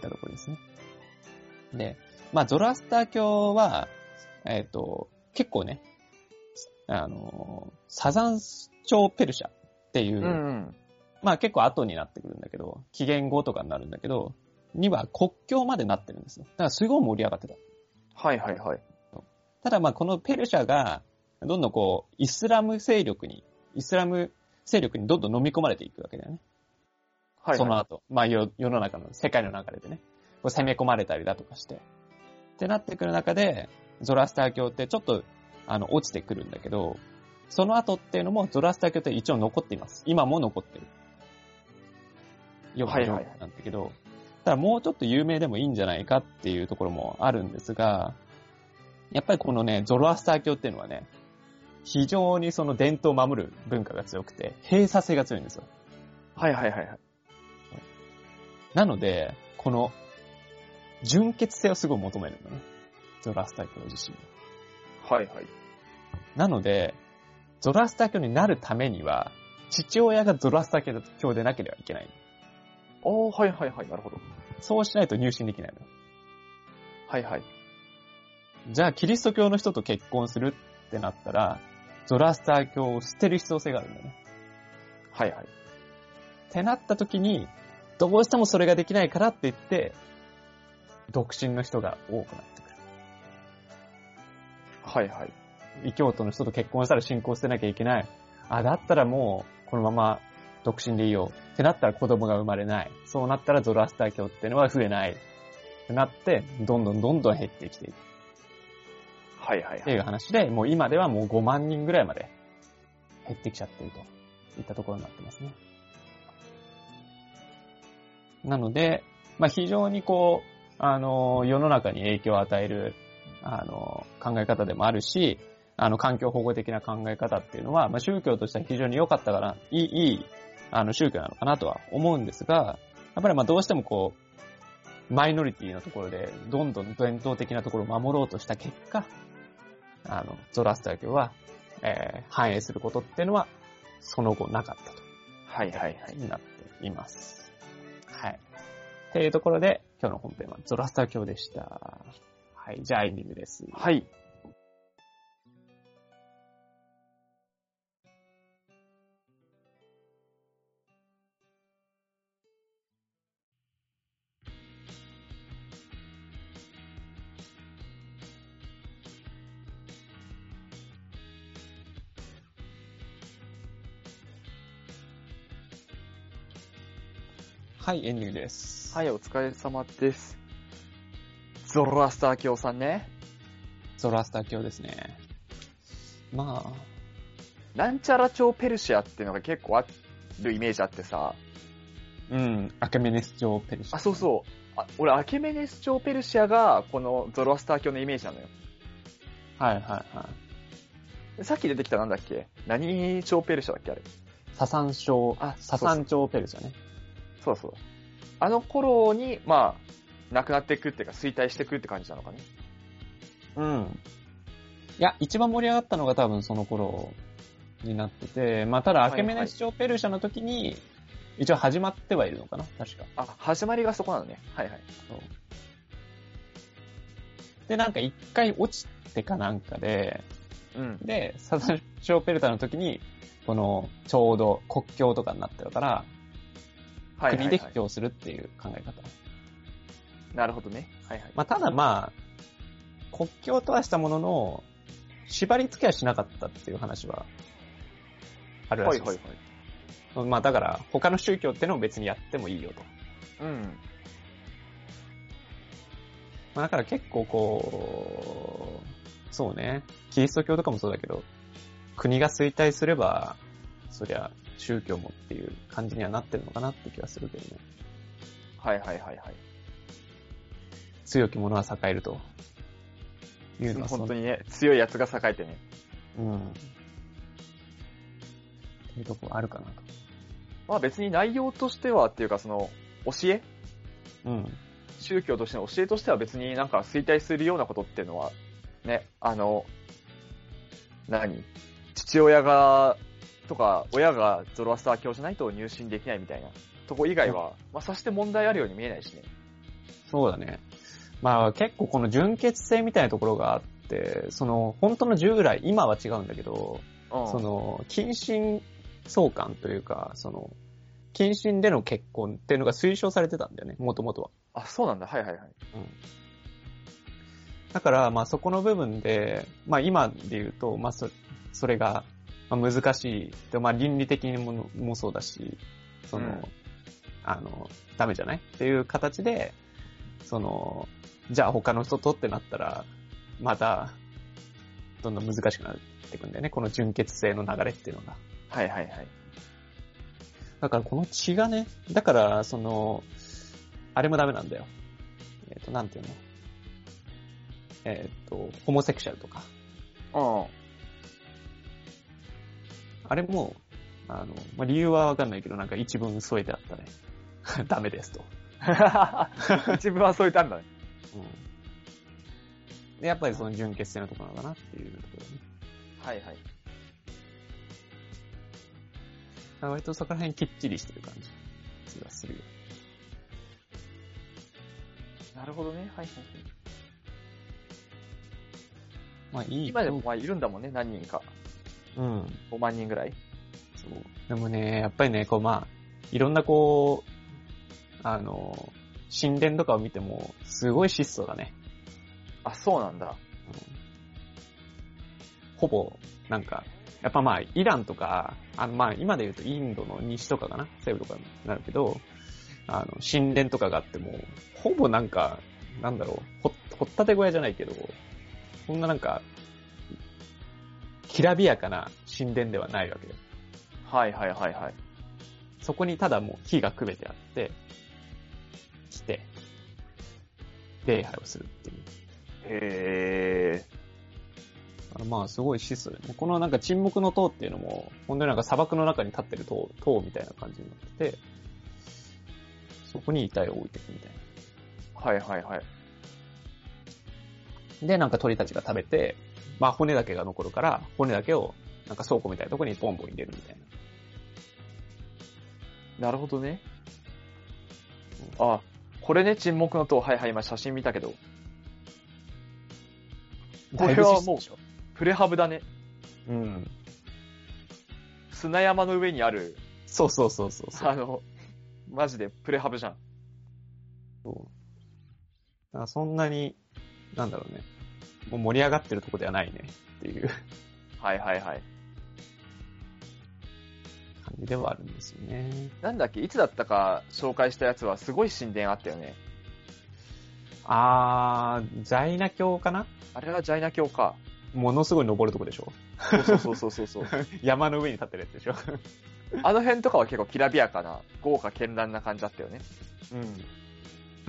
[SPEAKER 1] たところですね。で、まあ、ゾロアスター教は、えっ、と、結構ね、あのー、サザン朝ペルシャっていう、
[SPEAKER 2] うん。
[SPEAKER 1] まあ結構後になってくるんだけど、紀元後とかになるんだけど、には国境までなってるんですよ。だからすごい盛り上がってた。
[SPEAKER 2] はいはいはい。
[SPEAKER 1] ただまあこのペルシャが、どんどんこう、イスラム勢力に、イスラム勢力にどんどん飲み込まれていくわけだよね。
[SPEAKER 2] はい、
[SPEAKER 1] その
[SPEAKER 2] はい。
[SPEAKER 1] 後、まあ世世の中の、世界の中でね、こう攻め込まれたりだとかして。ってなってくる中で、ゾラスター教ってちょっと、あの、落ちてくるんだけど、その後っていうのも、ゾラスター教って一応残っています。今も残ってる。よく
[SPEAKER 2] はいはいはい
[SPEAKER 1] なんだけど、ただもうちょっと有名でもいいんじゃないかっていうところもあるんですが、やっぱりこのね、ゾロアスター教っていうのはね、非常にその伝統を守る文化が強くて、閉鎖性が強いんですよ。
[SPEAKER 2] はいはいはいはい。
[SPEAKER 1] なので、この、純潔性をすごい求めるのね。ゾラスター教自身は
[SPEAKER 2] はいはい。
[SPEAKER 1] なので、ゾラスター教になるためには、父親がゾラスター教でなければいけない。
[SPEAKER 2] ああ、はいはいはい。なるほど。
[SPEAKER 1] そうしないと入信できないの。
[SPEAKER 2] はいはい。
[SPEAKER 1] じゃあ、キリスト教の人と結婚するってなったら、ゾラスター教を捨てる必要性があるんだよね。
[SPEAKER 2] はいはい。
[SPEAKER 1] ってなった時に、どうしてもそれができないからって言って、独身の人が多くなってくる。
[SPEAKER 2] はいはい。
[SPEAKER 1] 異教徒の人と結婚したら信仰捨てなきゃいけない。あ、だったらもう、このまま独身でいいよ。ってなったら子供が生まれない。そうなったらゾロアスター教っていうのは増えない。ってなって、どんどんどんどん減ってきている
[SPEAKER 2] はいはい
[SPEAKER 1] っ
[SPEAKER 2] は
[SPEAKER 1] て
[SPEAKER 2] い。
[SPEAKER 1] いう話で、もう今ではもう5万人ぐらいまで減ってきちゃってるといったところになってますね。なので、まあ、非常にこう、あの、世の中に影響を与える、あの、考え方でもあるし、あの、環境保護的な考え方っていうのは、まあ、宗教としては非常に良かったから、いい、いい、あの、宗教なのかなとは思うんですが、やっぱりまあ、どうしてもこう、マイノリティのところで、どんどん伝統的なところを守ろうとした結果、あの、ゾラスター教は、えー反映することっていうのは、その後なかったと、
[SPEAKER 2] はいはいはい。
[SPEAKER 1] になっています。はい。っていうところで、今日の本編はゾラスター教でした。はい、じゃあエンディングです。
[SPEAKER 2] はい。
[SPEAKER 1] はい、エンディングです。
[SPEAKER 2] はい、お疲れ様です。ゾロラスター教さんね。
[SPEAKER 1] ゾラスター教ですね。まあ、
[SPEAKER 2] なんちゃら朝ペルシアっていうのが結構あるイメージあってさ。
[SPEAKER 1] うん、アケメネス朝ペルシャ。
[SPEAKER 2] あ、そうそう。あ俺、アケメネス朝ペルシアが、このゾロアスター教のイメージなのよ。
[SPEAKER 1] う。はいはいはい。
[SPEAKER 2] でさっき出てきたなんだっけ何朝ペルシアだっけあれ。
[SPEAKER 1] ササン朝、
[SPEAKER 2] あ
[SPEAKER 1] ササン朝ペルシャね。
[SPEAKER 2] そうそう。あの頃に、まあ、なくなっていくっていうか、衰退していくって感じなのかね。
[SPEAKER 1] うん。いや、一番盛り上がったのが多分その頃になってて、まあただ、アケメネス朝ペルシャの時に、一応始まってはいるのかな確か。
[SPEAKER 2] あ、始まりがそこなのね。はいはい。
[SPEAKER 1] で、なんか一回落ちてかなんかで、
[SPEAKER 2] うん。
[SPEAKER 1] で、サザン朝ペルタの時に、この、ちょうど国境とかになってるから、
[SPEAKER 2] はいはい、
[SPEAKER 1] 国
[SPEAKER 2] は
[SPEAKER 1] で
[SPEAKER 2] い
[SPEAKER 1] 布。教するっていう考え方。
[SPEAKER 2] なるほどね。はいはい。
[SPEAKER 1] まあただまあ、国境とはしたものの、縛り付けはしなかったっていう話は、あるら
[SPEAKER 2] は
[SPEAKER 1] し
[SPEAKER 2] い
[SPEAKER 1] いです
[SPEAKER 2] はいはい。
[SPEAKER 1] まあだから、他の宗教ってのも別にやってもいいよと。
[SPEAKER 2] うん。
[SPEAKER 1] まあだから結構こう、そうね、キリスト教とかもそうだけど、国が衰退すれば、そりゃ宗教もっていう感じにはなってるのかなって気がするけどね。
[SPEAKER 2] はいはいはいはい。
[SPEAKER 1] 強き者は栄えると。いう
[SPEAKER 2] (laughs)
[SPEAKER 1] のはそ
[SPEAKER 2] 本
[SPEAKER 1] ん
[SPEAKER 2] 当にね、強いやつが栄えてね。
[SPEAKER 1] うん。っていうとこあるかなと。
[SPEAKER 2] まあ別に内容としてはっていうか、その、教え
[SPEAKER 1] うん。
[SPEAKER 2] 宗教としての教えとしては別になんか衰退するようなことっていうのは、ね、あの、何父親が、とか、親がゾロアスター教じゃないと入信できないみたいなとこ以外は、まあ、さして問題あるように見えないしね。
[SPEAKER 1] そうだね。まあ結構この純潔性みたいなところがあって、その本当の従来、今は違うんだけど、
[SPEAKER 2] うん。
[SPEAKER 1] その、近親相関というか、その、近親での結婚っていうのが推奨されてたんだよね、もともとは。
[SPEAKER 2] あ、そうなんだ。はいはいはい。
[SPEAKER 1] だから、まあそこの部分で、まあ今で言うと、まあそそれがまあ難しい。でまあ倫理的にものもそうだし、その、
[SPEAKER 2] うん
[SPEAKER 1] あの、ダメじゃないっていう形で、その、じゃあ他の人とってなったら、また、どんどん難しくなっていくんだよね。この純血性の流れっていうのが。
[SPEAKER 2] はいはいはい。
[SPEAKER 1] だからこの血がね、だから、その、あれもダメなんだよ。えっ、と、なんていうのえっ、と、ホモセクシャルとか。
[SPEAKER 2] うん。
[SPEAKER 1] あれも、あの、まあ、理由はわかんないけど、なんか一文添えてあったね。 (laughs) ダメですと。
[SPEAKER 2] (laughs) 一部はそういったんだね。
[SPEAKER 1] うん。で、やっぱりその純血性のところなのかなっていうところね。
[SPEAKER 2] はいはい。
[SPEAKER 1] あ割とそこら辺きっちりしてる感じ。気がするよ。
[SPEAKER 2] なるほどね。はいはい。
[SPEAKER 1] まあいい。
[SPEAKER 2] 今でもまあいるんだもんね。何人か。
[SPEAKER 1] うん。
[SPEAKER 2] 5万人ぐらい。
[SPEAKER 1] そう。でもね、やっぱりね、こうまあ、いろんなこう、あの、神殿とかを見ても、すごい質素だね。
[SPEAKER 2] あ、そうなんだ。
[SPEAKER 1] ほぼ、なんか、やっぱまあ、イランとか、あのまあ、今で言うとインドの西とかかな、西部とかになるけど、あの、神殿とかがあっても、ほぼなんか、なんだろう、ほ、ほったて小屋じゃないけど、そんななんか、きらびやかな神殿ではないわけよ。
[SPEAKER 2] はいはいはいはい。
[SPEAKER 1] そこにただもう火がくべてあって、来て、礼拝をするっていう。
[SPEAKER 2] へ
[SPEAKER 1] だからまあすごい質素でね。このなんか沈黙の塔っていうのも、本当になんか砂漠の中に立ってる塔、塔みたいな感じになってて、そこに遺体を置いていくみたい
[SPEAKER 2] ー。はいはいはい。
[SPEAKER 1] な。で、なんか鳥たちが食べて、まあ骨だけが残るから、骨だけをなんか倉庫みたいなとこにボンボン入れるみたいな。
[SPEAKER 2] なるほどね。あ、これね、沈黙の塔。はいはい。今写真見たけど。こ
[SPEAKER 1] だ
[SPEAKER 2] れはもう
[SPEAKER 1] いぶ質素でしょ
[SPEAKER 2] プレハブだね。
[SPEAKER 1] うん。
[SPEAKER 2] 砂山の上にある、
[SPEAKER 1] そうそうそうそうそう。
[SPEAKER 2] あの、マジでプレハブじゃん。
[SPEAKER 1] そう。だからそんなに、なんだろうね。もう盛り上がってるとこではないねっていう (laughs) 感
[SPEAKER 2] はいはいはい。
[SPEAKER 1] じではあるんですよね。
[SPEAKER 2] なんだっけ、いつだったか紹介したやつはすごい神殿あったよね。
[SPEAKER 1] あー、ジャイナ教かな
[SPEAKER 2] あれはジャイナ教か。
[SPEAKER 1] ものすごい登るとこでしょ
[SPEAKER 2] そうそうそうそ
[SPEAKER 1] (laughs)
[SPEAKER 2] うそう。
[SPEAKER 1] 山の上に立ってるやつでしょ
[SPEAKER 2] あの辺とかは結構きらびやかな、豪華絢爛な感じだったよね。
[SPEAKER 1] うん。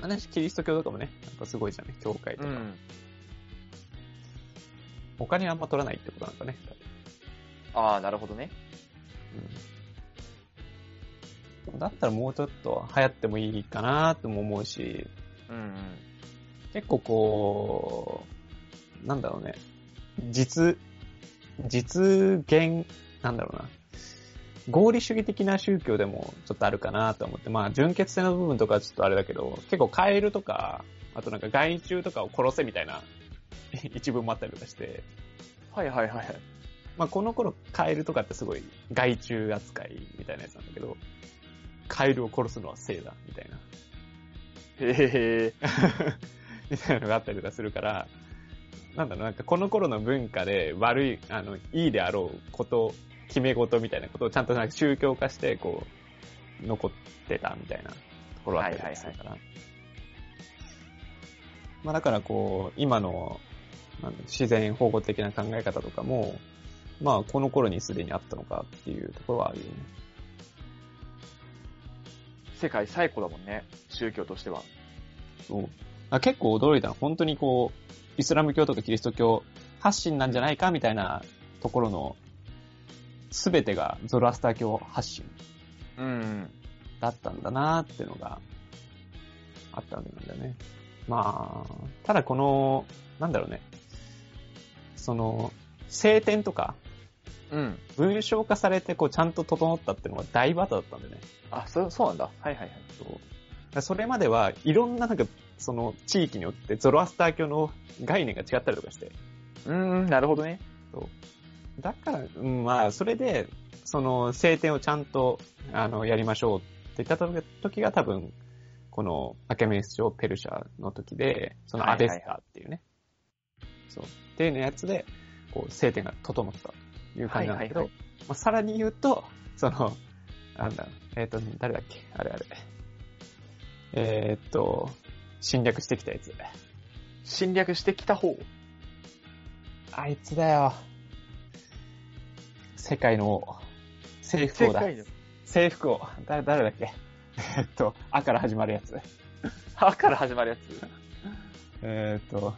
[SPEAKER 1] 私、キリスト教とかもね、やっぱすごいじゃんね、教会とか。
[SPEAKER 2] ん。
[SPEAKER 1] お金あんま取らないってことなんかね。
[SPEAKER 2] ああ、なるほどね。
[SPEAKER 1] うん。だったらもうちょっと流行ってもいいかなとも思うし、
[SPEAKER 2] うんうん。
[SPEAKER 1] 結構こう、なんだろうね、実、実現、なんだろうな、合理主義的な宗教でもちょっとあるかなと思って、まあ純血性の部分とかはちょっとあれだけど、結構カエルとか、あとなんか害虫とかを殺せみたいな (laughs) 一文もあったりとかして、
[SPEAKER 2] はいはいはいはい。
[SPEAKER 1] まあこの頃カエルとかってすごい害虫扱いみたいなやつなんだけど、カエルを殺すのは正だ、みたいな。
[SPEAKER 2] へえ。
[SPEAKER 1] (laughs) みたいなのがあったりとかするから、なんだろう、なんかこの頃の文化で悪い、あの、いいであろうこと、決め事みたいなことをちゃんとなんか宗教化して、こう、残ってたみたいなところはあったりとかするから。まあだからこう、今の、なんだ自然保護的な考え方とかも、まあこの頃にすでにあったのかっていうところはあるよね。
[SPEAKER 2] 世界最古だもんね。宗教としては。
[SPEAKER 1] そう。あ結構驚いたの。本当にこう、イスラム教とかキリスト教発信なんじゃないかみたいなところの、すべてがゾロアスター教発信
[SPEAKER 2] うん。
[SPEAKER 1] だったんだなーってのがあったわけなんだよね。まあ、ただこの、なんだろうね。その、聖典とか
[SPEAKER 2] うん。
[SPEAKER 1] 文章化されてこうちゃんと整ったっていうのが大バタだったんだよね。
[SPEAKER 2] あ、そ、そうなんだ。はいはいはい。
[SPEAKER 1] そうだからそれまではいろんななんか、その地域によってゾロアスター教の概念が違ったりとかして。
[SPEAKER 2] うん、なるほどね。
[SPEAKER 1] だから、うん、まあ、それで、その、聖典をちゃんと、あの、やりましょうって言った時が多分、この、アケメス朝ペルシャの時で、その
[SPEAKER 2] はい
[SPEAKER 1] ア
[SPEAKER 2] はい
[SPEAKER 1] ベ
[SPEAKER 2] はい
[SPEAKER 1] スターっていうね。そう。っていうのやつで、こう、聖典が整ったという感じなんだけど、
[SPEAKER 2] はいは
[SPEAKER 1] まあ、さらに言うと、その、なんだ、えっ、と、誰だっけあれあれ。えーっと、侵略してきたやつ。
[SPEAKER 2] 侵略してきた方
[SPEAKER 1] あいつだよ。世界の王。征服
[SPEAKER 2] 世
[SPEAKER 1] 王だ。
[SPEAKER 2] 界の。
[SPEAKER 1] 征服王。だ、誰だっけえーっと、あから始まるやつ。
[SPEAKER 2] あから始まるやつ。
[SPEAKER 1] えーっと、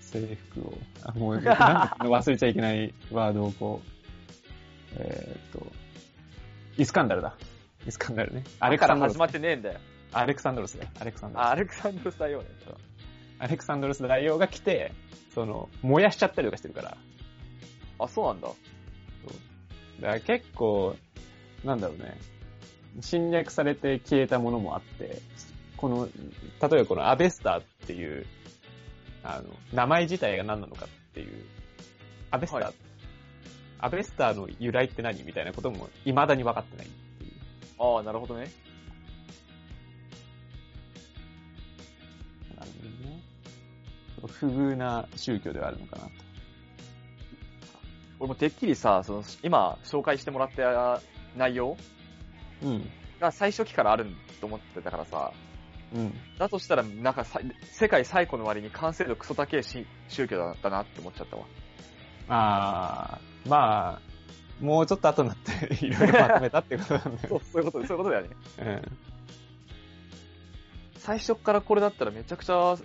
[SPEAKER 1] 制服を、あ、も (laughs) う、なんで忘れちゃいけないワードをこう、えーっと、イスカンダルだ。イスカンダルね。ア
[SPEAKER 2] あ
[SPEAKER 1] レ
[SPEAKER 2] れ
[SPEAKER 1] ク
[SPEAKER 2] か
[SPEAKER 1] サ
[SPEAKER 2] ら
[SPEAKER 1] ンドロ
[SPEAKER 2] 始
[SPEAKER 1] ス。
[SPEAKER 2] まってねえんだよ。
[SPEAKER 1] アレクサンドロスだよ。アレクサンドロ
[SPEAKER 2] あ
[SPEAKER 1] ス。
[SPEAKER 2] アレクサンドル大王ね。
[SPEAKER 1] アレクサンドロス大王が来て、その、燃やしちゃったりとかしてるから。
[SPEAKER 2] あ、そうなんだ。
[SPEAKER 1] だから結構、なんだろうね。侵略されて消えたものもあって、この、例えばこのアベスターっていう、あの、名前自体が何なのかっていう、アベスター、
[SPEAKER 2] はい
[SPEAKER 1] アベスターの由来って何みたいなことも未だに分かってない。
[SPEAKER 2] ああ、なるほどね。
[SPEAKER 1] なるほどね。不遇な宗教ではあるのかなと。
[SPEAKER 2] 俺もてっきりさ、その、今、紹介してもらった内容
[SPEAKER 1] うん。
[SPEAKER 2] が最初期からあると思ってたからさ、
[SPEAKER 1] うん。
[SPEAKER 2] だとしたら、なんかさ、世界最古の割に完成度クソ高いし宗教だったなって思っちゃったわ。
[SPEAKER 1] あー、まあ、もうちょっと後になって、いろいろまとめたってことなんだ
[SPEAKER 2] そ
[SPEAKER 1] よ
[SPEAKER 2] う、そういうこと、そういうことだよね。
[SPEAKER 1] ね。
[SPEAKER 2] 最初からこれだったらめちゃくちゃ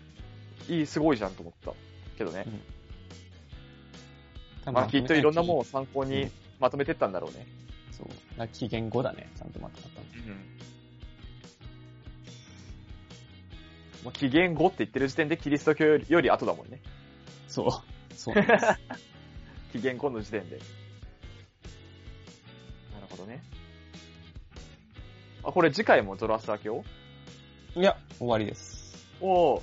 [SPEAKER 2] いい、すごいじゃんと思った。けどね。
[SPEAKER 1] うん。
[SPEAKER 2] まあきっといろんなもん
[SPEAKER 1] ん。
[SPEAKER 2] を参考
[SPEAKER 1] う
[SPEAKER 2] に
[SPEAKER 1] ん
[SPEAKER 2] まとめてったんだろうね。
[SPEAKER 1] そう。だ期限後だね。ちゃんとまとまったの。
[SPEAKER 2] もう紀元後って言ってる時点でキリスト教よりより後だもんね。
[SPEAKER 1] そう。 (laughs) そうなんです。
[SPEAKER 2] 紀元後の時点で。なるほどね。あ、これ次回もゾロアスラー教
[SPEAKER 1] いや、終わりです。
[SPEAKER 2] おー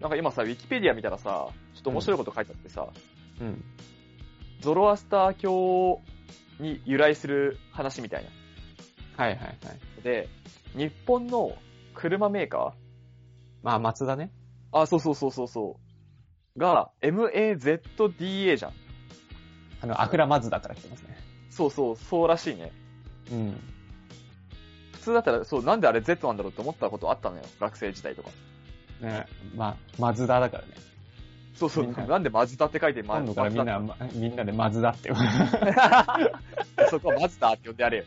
[SPEAKER 2] なんか今さ、ウィキペディア見たらさ、ちょっと面白いこと書いてあってさ、
[SPEAKER 1] うん。
[SPEAKER 2] ゾロアスター教に由来する話みたいな。
[SPEAKER 1] はいはいはい。
[SPEAKER 2] で、日本の車メーカ
[SPEAKER 1] まあ、松田ね。
[SPEAKER 2] ーあ、そうそうそうそうそう。が、MAZDA じゃん。
[SPEAKER 1] あの、アクラマズダから来てますね。
[SPEAKER 2] そうそう、そうらしいね。
[SPEAKER 1] うん。
[SPEAKER 2] 普通だったら、そう、なんであれ Z なんだろうって思ったことあったのよ。学生時代とか。
[SPEAKER 1] ね、まあ、マズダだからね。
[SPEAKER 2] そうそう、
[SPEAKER 1] みんな
[SPEAKER 2] なんでマズダって書いて、マ
[SPEAKER 1] 今度からみんな、まみんなでマズダって。 (laughs)
[SPEAKER 2] マズダ (laughs) そこはマズダって呼んでやれよ。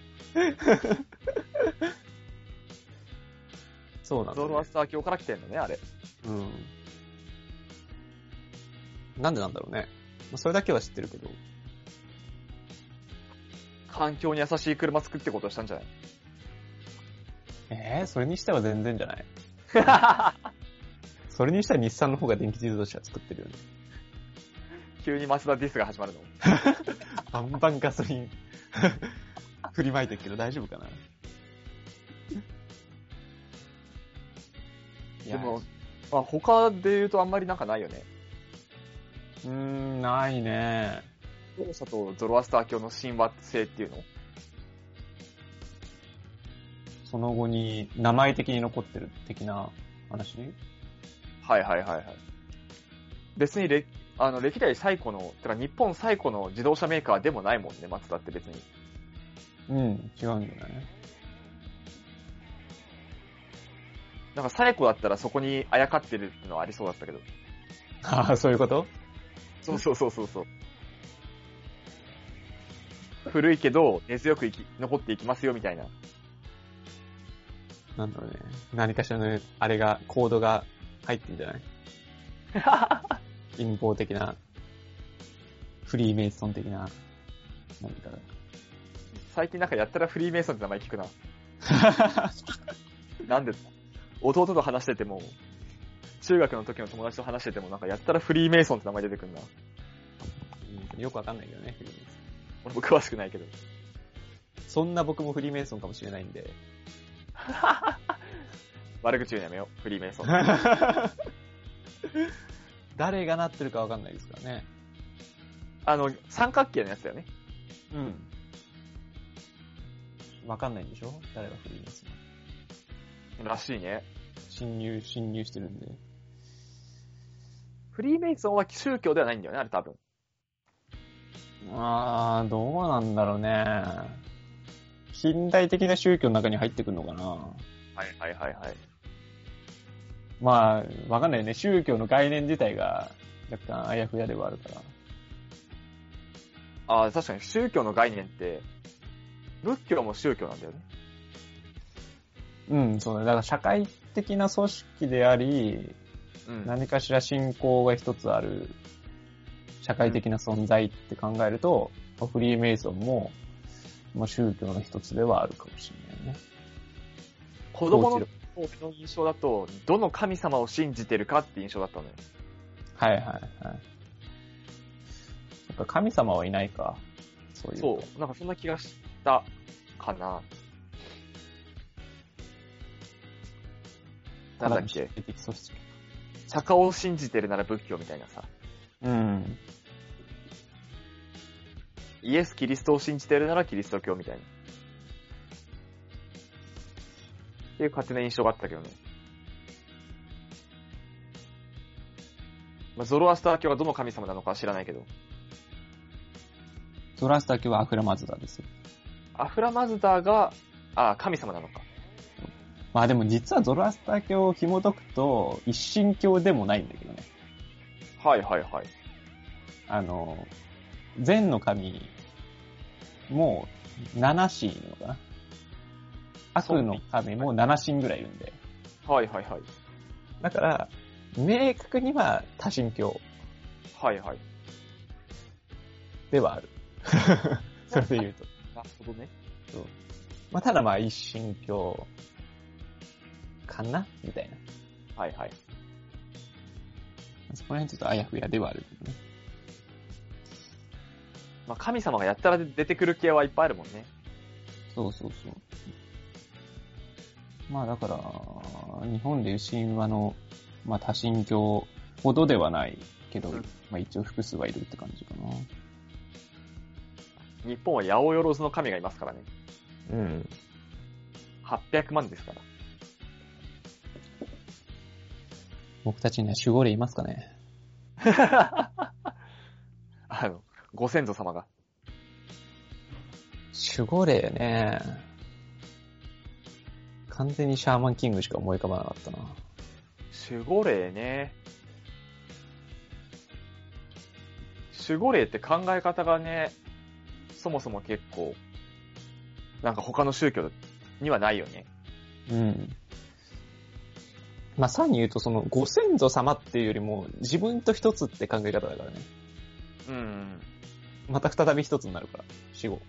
[SPEAKER 1] そうなんだ、
[SPEAKER 2] ゾロアスター教から来てんのね、あれ。
[SPEAKER 1] うん。なんでなんだろうね。まあそれだけは知ってるけど。
[SPEAKER 2] 環境に優しい車作ってことをしたんじゃない
[SPEAKER 1] えー、それにしては全然じゃ (laughs) ない。それにしたら日産の方が電気自動車作ってるよね。
[SPEAKER 2] 急にマツダディスが始まるの。
[SPEAKER 1] バンバンガソリン (laughs) 振りまいてるけど大丈夫かな
[SPEAKER 2] でも、まあ、他で言うとあんまりなんかないよね。
[SPEAKER 1] うーん、ないね。
[SPEAKER 2] 同社とゾロアスター教の神話性っていうの
[SPEAKER 1] その後に名前的に残ってる的な話
[SPEAKER 2] はいはいはいはい。別に歴、あの、歴代最古の、てか日本最古の自動車メーカーでもないもんね、マツダって別に。
[SPEAKER 1] うん、違うんだよね。
[SPEAKER 2] なんか最古だったらそこにあやかってるってのはありそうだったけど。
[SPEAKER 1] ああ、そういうこと
[SPEAKER 2] そうそうそうそうそう。古いけど、根強く生き、残っていきますよ、みたいな。
[SPEAKER 1] なんだろうね。何かしらの、あれが、コードが入ってん (laughs) じゃない陰謀的な、フリーメイソン的な、何かが。
[SPEAKER 2] 最近なんかやったらフリーメイソンって名前聞 (laughs) くな。なんで弟と話してても、中学の時の友達と話してても、なんかやったらフリーメイソンって名前出てくるな。
[SPEAKER 1] うんよくわかんないけどね、フリーメイソン。
[SPEAKER 2] 俺も詳しくないけど。
[SPEAKER 1] そんな僕もフリーメイソンかもしれないんで。
[SPEAKER 2] 悪口言うのやめよう、フリーメイ (laughs) ソン。
[SPEAKER 1] 誰がなってるかわかんないですからね。
[SPEAKER 2] あの、三角形のやつだよね。
[SPEAKER 1] うん。わかんないんでしょ誰がフリーメイソン。
[SPEAKER 2] らしいね。
[SPEAKER 1] 侵入、侵入してるんで。
[SPEAKER 2] フリーメイソンは宗教ではないんだよね、あれ多分。
[SPEAKER 1] あー、どうなんだろうね。近代的な宗教の中に入ってくるのかな
[SPEAKER 2] はいはいはいはい。
[SPEAKER 1] まあ、わかんないね。宗教の概念自体が若干あやふやではあるから。
[SPEAKER 2] ああ、確かに宗教の概念って、仏教も宗教なんだよね。
[SPEAKER 1] うん、そうだね。だから社会的な組織であり、
[SPEAKER 2] うん。
[SPEAKER 1] 何かしら信仰が一つある社会的な存在って考えると、まあフリーメイソンも、まあ、宗教の一つではあるかもしれないね。
[SPEAKER 2] 子供の僕の印象だと、どの神様を信じてるかって印象だったのよ。
[SPEAKER 1] はいはいはい。そっか、神様はいないか。そういう。
[SPEAKER 2] そう。なんかそんな気がしたかな。なんだっけ
[SPEAKER 1] 社会的組織。
[SPEAKER 2] 釈迦を信じてるなら仏教みたいなさ。
[SPEAKER 1] うん。
[SPEAKER 2] イエス・キリストを信じてるならキリスト教みたいな。っていう勝手な印象があったけどね。まあ、ゾロアスター教がどの神様なのかは知らないけど。
[SPEAKER 1] ゾラスター教はアフラマズダですよ。
[SPEAKER 2] アフラマズダーが、あ、神様なのか。
[SPEAKER 1] まあでも実はゾロアスター教を紐解くと、一神教でもないんだけどね。
[SPEAKER 2] はいはいはい。
[SPEAKER 1] あの、善の神も七神いるのかな。悪の神も七神ぐらいいるんで。
[SPEAKER 2] はいはいはい。
[SPEAKER 1] だから、明確には多神教
[SPEAKER 2] はいはい。
[SPEAKER 1] ではある。それで言うと。
[SPEAKER 2] なるほどね。
[SPEAKER 1] まあただまあ一神教かなみたいな。
[SPEAKER 2] はいはい。
[SPEAKER 1] そこら辺ちょっとあやふやではあるけどね。
[SPEAKER 2] まあ、神様がやったら出てくる系はいっぱいあるもんね。
[SPEAKER 1] そうそうそう。まあだから、日本でいう神話の、まあ多神教ほどではないけど、
[SPEAKER 2] うん
[SPEAKER 1] まあ一応複数はいるって感じかな。
[SPEAKER 2] 日本は八百万の神がいますからね。
[SPEAKER 1] うん。
[SPEAKER 2] 800万ですから。
[SPEAKER 1] 僕たちには守護霊いますかね
[SPEAKER 2] あの、ご先祖様が。
[SPEAKER 1] 守護霊ね。完全にシャーマンキングしか思い浮かばなかったな。
[SPEAKER 2] 守護霊ね。守護霊って考え方がね、そもそも結構、なんか他の宗教にはないよね。
[SPEAKER 1] うん。まあ、さらに言うと、その、ご先祖様っていうよりも、自分と一つって考え方だからね。
[SPEAKER 2] うん。
[SPEAKER 1] また再び一つになるから、死後。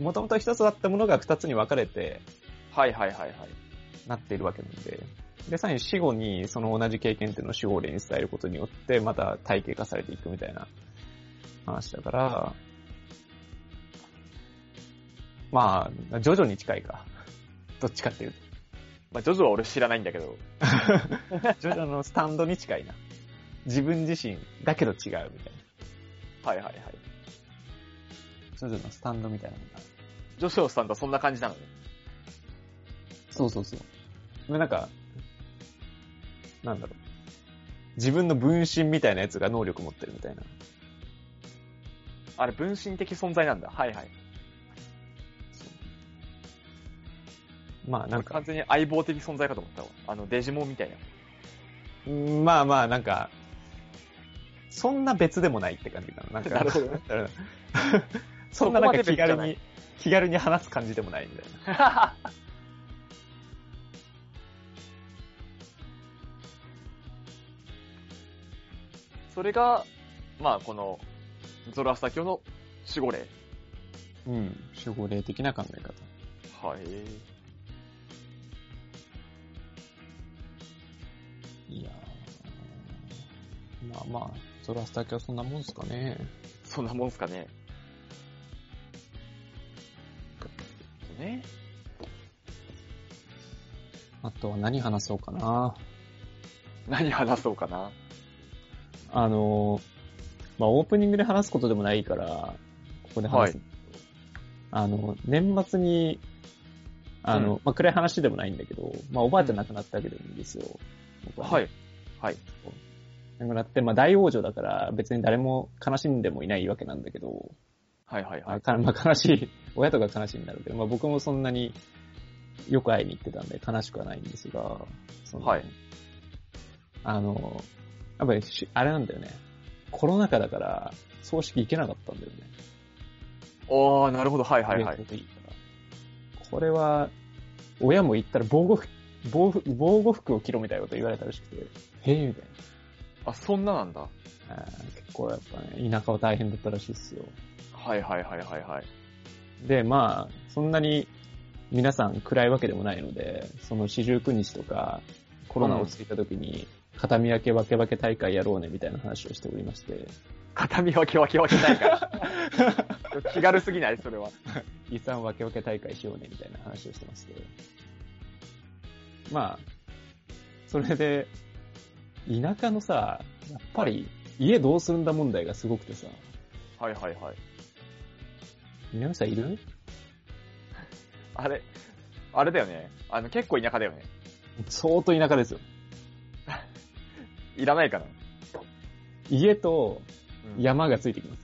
[SPEAKER 1] もともと一つだったものが二つに分かれて、
[SPEAKER 2] はいはいはいはい。
[SPEAKER 1] なっているわけなんで。で、さらに死後に、その同じ経験っていうのを死後霊に伝えることによって、また体系化されていくみたいな話だから、まあ、徐々に近いか。どっちかっていうと。
[SPEAKER 2] まあ、ジョジョは俺知らないんだけど。
[SPEAKER 1] ジョジョのスタンドに近いな。自分自身だけど違うみたいな。
[SPEAKER 2] はいはいはい。
[SPEAKER 1] ジョジョのスタンドみたいなのが。
[SPEAKER 2] ジョジョさんがそんな感じなのね。
[SPEAKER 1] そうそうそう。まあなんか、なんだろう。自分の分身みたいなやつが能力持ってるみたいな。
[SPEAKER 2] あれ、分身的存在なんだ。はいはい。
[SPEAKER 1] そうまあなんか
[SPEAKER 2] 完、全に相棒的存在かと思ったわ。あの、デジモンみたいな。
[SPEAKER 1] うんまあまあなんか、そんな別でもないって感じかな。なんか、
[SPEAKER 2] なるほどね
[SPEAKER 1] だから (laughs) そんななんか気
[SPEAKER 2] そこ
[SPEAKER 1] 軽
[SPEAKER 2] まで別
[SPEAKER 1] に、気軽に話す感じでもないみたいな。
[SPEAKER 2] それが、まあ、この、ゾロアスタ教の守護霊。
[SPEAKER 1] うん。守護霊的な考え方。
[SPEAKER 2] はい。
[SPEAKER 1] いやーまあまあ、ゾラスタ教はそんなもんすかね。
[SPEAKER 2] そんなもんすかね。ね。
[SPEAKER 1] あとは何話そうかな。
[SPEAKER 2] 何話そうかな。
[SPEAKER 1] あのー、まあオープニングで話すことでもないから、ここで話す。あの、年末に、あの、
[SPEAKER 2] う
[SPEAKER 1] まあ暗い話でもないんだけど、まあおばあちゃん亡くなったわけでもいいんですよ。僕はね
[SPEAKER 2] はい。
[SPEAKER 1] 亡くなって、まあ大往生だから別に誰も悲しんでもいないわけなんだけど、
[SPEAKER 2] はいはいは
[SPEAKER 1] あ (laughs)
[SPEAKER 2] い。
[SPEAKER 1] かまあ、悲しい、親とか悲しいんだろうけど、まあ僕もそんなによく会いに行ってたんで悲しくはないんですが、その
[SPEAKER 2] はい
[SPEAKER 1] あの、やっぱりし、あれなんだよね。コロナ禍だから、葬式行けなかったんだよね。
[SPEAKER 2] ああ、なるほど。はいはいは
[SPEAKER 1] イベ
[SPEAKER 2] い
[SPEAKER 1] ン。トでいいからこれは、親も行ったら防護服、防護防護服を着ろみたいなこと言われたらしくて、へえ、みたいな。
[SPEAKER 2] あ、そんななんだ。
[SPEAKER 1] あー結構やっぱね、田舎は大変だったらしいっすよ。
[SPEAKER 2] はいはいはいはいはい。
[SPEAKER 1] で、まあ、そんなに皆さん暗いわけでもないので、その四十九日とか、コロナ落ち着いた時に、片見分け分け分け大会やろうねみたいな話をしておりまして、
[SPEAKER 2] 片身分け分け分けないから。気軽すぎないそれは。
[SPEAKER 1] 遺産分け分け大会しようねみたいな話をしてまして。まあ、それで、田舎のさ、やっぱり家どうするんだ問題がすごくてさ、
[SPEAKER 2] はいはいはい。
[SPEAKER 1] 南さんいる
[SPEAKER 2] あれ、あれだよね。あの、結構田舎だよね。
[SPEAKER 1] 相当田舎ですよ。
[SPEAKER 2] いらないかな。
[SPEAKER 1] 家と
[SPEAKER 2] うん、
[SPEAKER 1] 山がついてきます。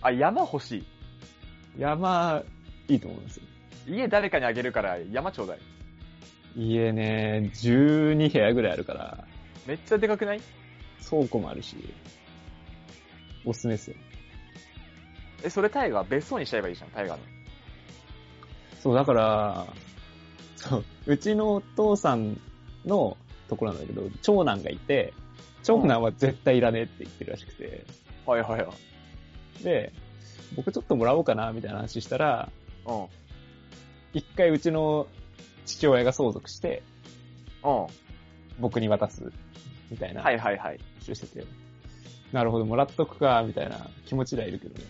[SPEAKER 2] あ、山欲し
[SPEAKER 1] 山、いいと思いますよ。
[SPEAKER 2] い。家誰かにあげるから山ちょうだい。
[SPEAKER 1] 家ね、12部屋ぐらいあるから、
[SPEAKER 2] めっちゃでかくない
[SPEAKER 1] 倉庫もあるし、おすすめですよ。
[SPEAKER 2] え、それタイガー別荘にしちゃえばいいじゃん、タイガーの。
[SPEAKER 1] そう、だから、そう、うちのお父さんのところなんだけど、長男がいて、長男は絶対いらねえって言ってるらしくて、
[SPEAKER 2] はいはいはい。
[SPEAKER 1] で、僕ちょっともらおうかな、みたいな話したら、
[SPEAKER 2] うん。
[SPEAKER 1] 一回うちの父親が相続して、
[SPEAKER 2] うん。
[SPEAKER 1] 僕に渡す、みたいな
[SPEAKER 2] は
[SPEAKER 1] 話
[SPEAKER 2] いはいはい。
[SPEAKER 1] をしてて、なるほど、もらっとくか、みたいな気持ちではいるけどね。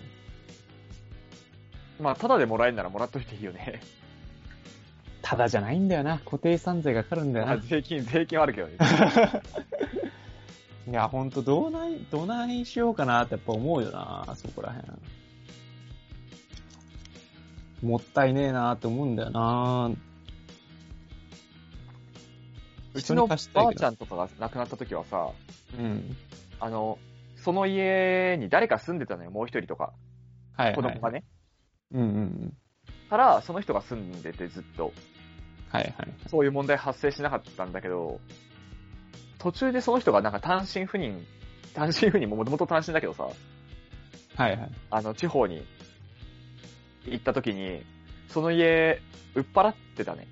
[SPEAKER 2] まあ、ただでもらえるならもらっといていいよね。
[SPEAKER 1] ただじゃないんだよな。固定資産税がかかるんだよな。
[SPEAKER 2] あ
[SPEAKER 1] い
[SPEAKER 2] (laughs) 税金、税金はあるけど
[SPEAKER 1] (laughs)
[SPEAKER 2] ね。
[SPEAKER 1] や、ほんと、どうない、どないしようかなってやっぱ思うよな、そこらへん。もったいねえなって思うんだよな
[SPEAKER 2] うちのばあちゃ
[SPEAKER 1] ん。
[SPEAKER 2] んとかが亡くなった時はさ、
[SPEAKER 1] うん。
[SPEAKER 2] あの、その家に誰か住んでたのよ、もう一人とか。
[SPEAKER 1] はい、はい。
[SPEAKER 2] 子供がね。
[SPEAKER 1] うんうんうん。
[SPEAKER 2] から、その人が住んでてずっと。
[SPEAKER 1] はいはい。
[SPEAKER 2] そういう問題発生しなかったんだけど、途中でその人がなんか単身赴任、単身赴任ももともと単身だけどさ、
[SPEAKER 1] はいはい。
[SPEAKER 2] あの、地方に行った時に、その家、売っ払ってたね。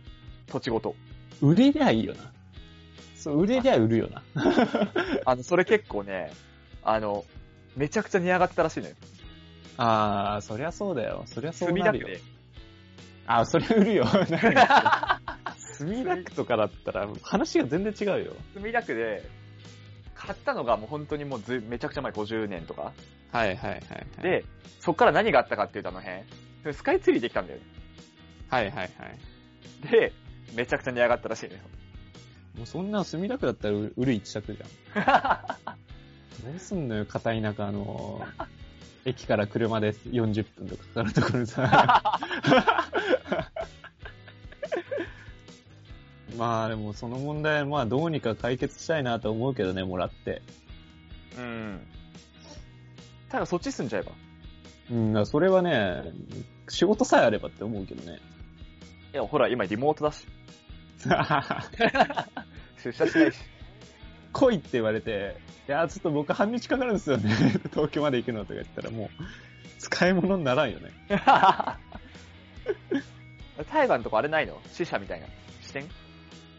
[SPEAKER 2] 土地
[SPEAKER 1] (laughs)
[SPEAKER 2] ごと。
[SPEAKER 1] 売れりゃいいよな。そう、売れりゃ売るよな。
[SPEAKER 2] あの、それ結構ね、あの、めちゃくちゃ値上がってたらしいのよ。
[SPEAKER 1] (laughs) あー、そりゃそうだよ。そりゃそう
[SPEAKER 2] 住み
[SPEAKER 1] な
[SPEAKER 2] だ
[SPEAKER 1] る
[SPEAKER 2] け
[SPEAKER 1] よ。
[SPEAKER 2] で。
[SPEAKER 1] あ、それ売 (laughs) るよ。墨田区とかだったら話が全然違うよ。
[SPEAKER 2] 墨田区で、買ったのがもう本当にもうずいめちゃくちゃ前、50年とか。
[SPEAKER 1] はいはいはい。で、
[SPEAKER 2] で、そっから何があったかっていうとあの辺、スカイツリーできたんだよね。
[SPEAKER 1] はいはいはい。
[SPEAKER 2] で、めちゃくちゃ値上がったらしいのよ。
[SPEAKER 1] もうそんな墨田区だったら売る一着じゃん。どうすんのよ、片田舎の、駅から車で40分とかかかるところにさ。まあでもその問題、まあどうにか解決したいなと思うけどね、もらって。
[SPEAKER 2] うん。ただそっち住んじゃえば。い
[SPEAKER 1] うん、だからそれはね、仕事さえあればって思うけどね。 (laughs)
[SPEAKER 2] や、ほら、今リモートだし。出社しないし。
[SPEAKER 1] 来いって言われて、いやー、ちょっと僕半日かかるんですよね。東京まで行くのとか言ったらもう、使い物にならんよね。
[SPEAKER 2] (laughs) タイガーのとこあれないの死者みたいな。視点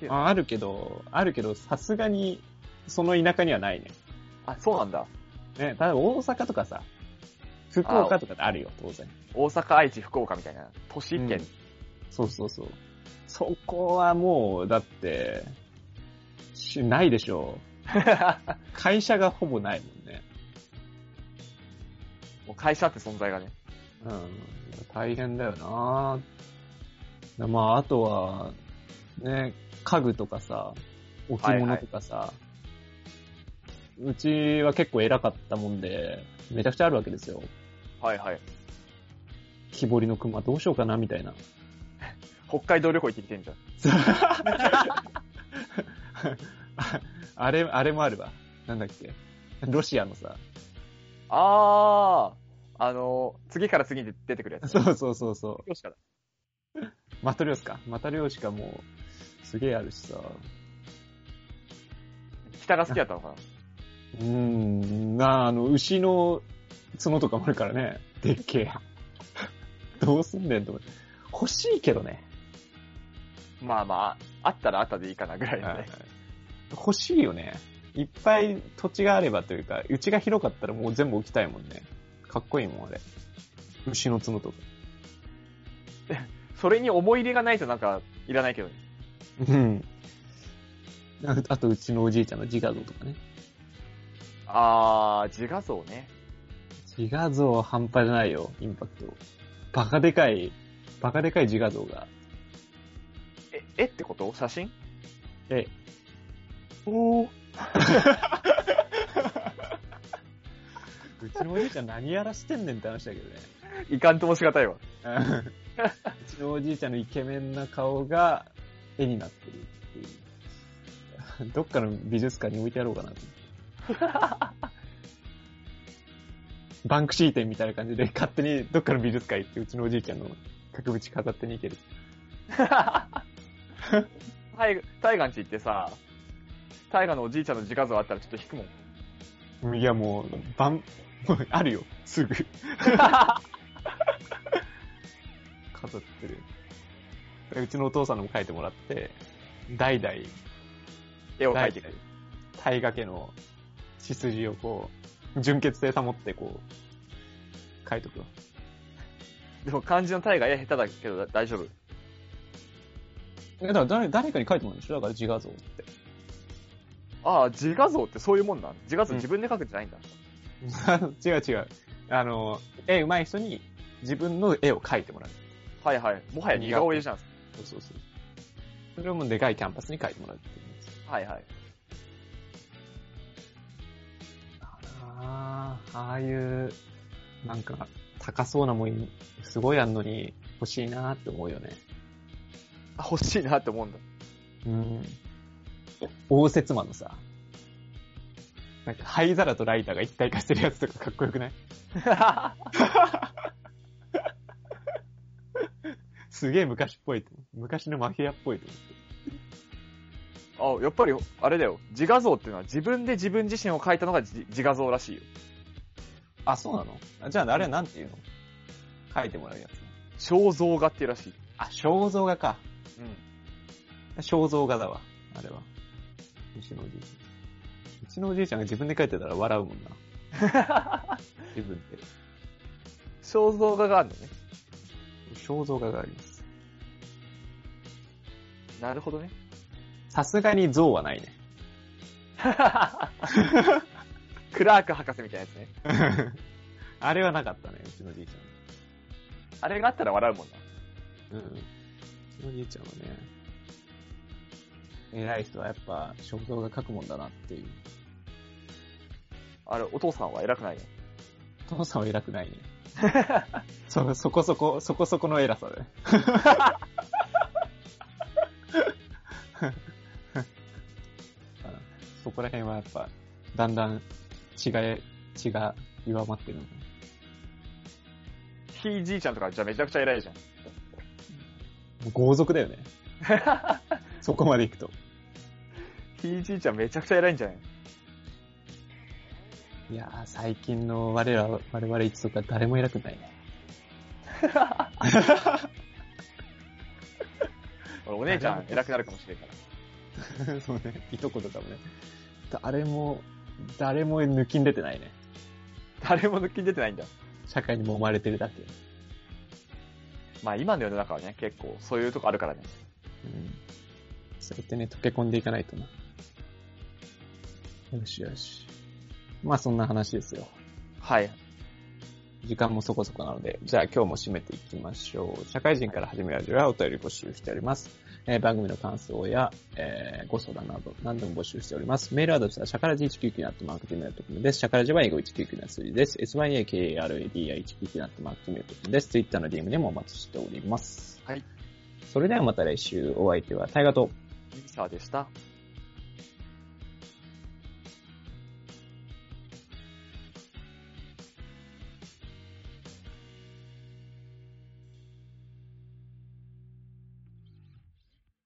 [SPEAKER 1] ああるけど、あるけど、さすがに、その田舎にはないね。
[SPEAKER 2] あ、そうなんだ。
[SPEAKER 1] ね、ただ大阪とかさ、福岡とかってあるよ、当然。
[SPEAKER 2] 大阪、愛知、福岡みたいな。都市圏。
[SPEAKER 1] うんそうそうそう。そこはもう、だって、しないでしょう。会社がほぼないもんね。
[SPEAKER 2] (laughs) もう会社って存在がね。
[SPEAKER 1] うん、大変だよなぁまあ、あとは、ね、家具とかさ、置物とかさ、うちは結構偉かったもんで、めちゃくちゃあるわけですよ。
[SPEAKER 2] はいはい。
[SPEAKER 1] 木彫りの熊どうしようかなみたいな。
[SPEAKER 2] 北海道旅行行ってきてんじゃん。
[SPEAKER 1] (laughs) あれ、あれもあるわ。なんだっけ。ロシアの (laughs) さ。
[SPEAKER 2] あー、あの、次から次に出てくるやつ。
[SPEAKER 1] そうそうそうそ
[SPEAKER 2] よしから。
[SPEAKER 1] マトリョーシカ。マトリョーシカもう、すげえあるしさ。
[SPEAKER 2] 北が好きだったのかな
[SPEAKER 1] うーん、なあ、あの、牛の角とかもあるからね。でっけえ。 (laughs) どうすんねんと思って。欲しいけどね。
[SPEAKER 2] まあまあ、あったらあったでいいかなぐらいのね。
[SPEAKER 1] 欲しいよね。いっぱい土地があればというか、うちが広かったらもう全部置きたいもんね。かっこいいもん、あれ。牛の角とか。
[SPEAKER 2] それに思い入れがないとなんか、いらないけどね。
[SPEAKER 1] うん。ああと、うちのおじいちゃんの自画像とかね。
[SPEAKER 2] あー、自画像ね。
[SPEAKER 1] 自画像半端じゃないよ、インパクト。バカでかい、バカでかい自画像が。
[SPEAKER 2] え、えってこと写真 (laughs)
[SPEAKER 1] え、
[SPEAKER 2] おー。
[SPEAKER 1] (laughs) うちのおじいちゃん何やらしてんねんって話だけどね。
[SPEAKER 2] いかんともしがたいわ。
[SPEAKER 1] うん (laughs) うちのおじいちゃんのイケメンな顔が絵になってるっていう。どっかの美術館に置いてやろうかなと思って。バンクシー展みたいな感じで勝手にどっかの美術館行ってうちのおじいちゃんの額縁飾ってに行ける。
[SPEAKER 2] (laughs) タイタイガンち行ってさ、タイガのおじいちゃんの自画像あったらちょっと引くもん。
[SPEAKER 1] いやもう、バン、もうあるよ、すぐ。飾ってる。うちのお父さんのも書いてもらって、代々、
[SPEAKER 2] 絵を描いてくる。
[SPEAKER 1] 大河家の血筋をこう、純血で保ってこう、書いとくわ。
[SPEAKER 2] でも漢字のタイガ絵下手だけど大丈夫。
[SPEAKER 1] えだから誰誰かに書いてもらうんでしょだから自画像って。
[SPEAKER 2] ああ、自画像ってそういうもんなん自画像自分で描くんじゃないんだ。
[SPEAKER 1] (laughs) 違う違う。あの、絵上手い人に自分の絵を描いてもらう。
[SPEAKER 2] はいはい。もはや似顔絵じゃん。
[SPEAKER 1] そうそうそう。それをもうでかいキャンパスに描いてもらうっていうやつ
[SPEAKER 2] はいはい。
[SPEAKER 1] ああ、ああいう、なんか、高そうなもん、すごいあんのに欲しいなーって思うよね。
[SPEAKER 2] あ欲しいなって思うんだ。 (laughs)
[SPEAKER 1] うん。応接間のさ、なんか灰皿とライターが一体化してるやつとかかっこよくない (laughs) すげえ昔っぽいと思う。昔のマフィアっぽいと思って。
[SPEAKER 2] あ、やっぱり、あれだよ。自画像っていうのは自分で自分自身を描いたのが自自画像らしいよ。
[SPEAKER 1] あ、そうなのあじゃああれはなんていうの書いてもらうやつ。
[SPEAKER 2] 肖像画っていうらしい。
[SPEAKER 1] あ、肖像画か。
[SPEAKER 2] うん。
[SPEAKER 1] 肖像画だわ。あれは。うちのおじいちゃん。うちのおじいちゃんが自分で書いてたら笑うもんな。 (laughs) 自分で。
[SPEAKER 2] 肖像画があるのね。
[SPEAKER 1] 肖像画があります。
[SPEAKER 2] なるほどね。
[SPEAKER 1] さすがに像はないね。
[SPEAKER 2] クラーク博士みたいなやつね。
[SPEAKER 1] あれはなかったね、うちのじいち
[SPEAKER 2] あれがあったら笑うもんな。
[SPEAKER 1] ゃん。うん。うちのじいちゃんはね、偉い人はやっぱ肖像画描くもんだなっていう。
[SPEAKER 2] あれ、お父さんは偉くないよ。
[SPEAKER 1] お父さんは偉く (laughs) ないね。そ、そこそこ、そこそこの偉さで。 (laughs) そこら辺はやっぱ、だんだん血が、血が弱まってるのかな
[SPEAKER 2] ひいじいちゃんとかじゃめちゃくちゃ偉いじゃん。
[SPEAKER 1] もう豪族だ (laughs) よね。そこまで行くと。
[SPEAKER 2] ひいじいちゃんめちゃくちゃ偉いんじゃない
[SPEAKER 1] いやー、最近の我ら、我々一族は誰も偉くないね。
[SPEAKER 2] 俺お姉ちゃん偉くなるかもしれんから。
[SPEAKER 1] (laughs) そうね、いとことかもね。誰も、誰も抜きん出てないね。
[SPEAKER 2] (laughs) 誰も抜きに出てないんだ。
[SPEAKER 1] 社会に揉まれてるだけ。
[SPEAKER 2] まあ今の世の中はね、結構そういうとこあるからね。
[SPEAKER 1] うん。そうやってね、溶け込んでいかないとな。よしよし。まあそんな話ですよ。
[SPEAKER 2] はい。
[SPEAKER 1] 時間もそこそこなので、じゃあ今日も締めていきましょう。社会人から始めるラジオはお便り募集しております。えー番組の感想や、えーご相談など何でも募集しております。メールアドレスはシャカラジ199なってマークティメルトコムです。シャカラジは英語199な数字です。syakaradi199 なってマークティメルトコムです。Twitter の DM でもお待ちしております。
[SPEAKER 2] はい。
[SPEAKER 1] それではまた来週お相手は大河と
[SPEAKER 2] ミサーでした。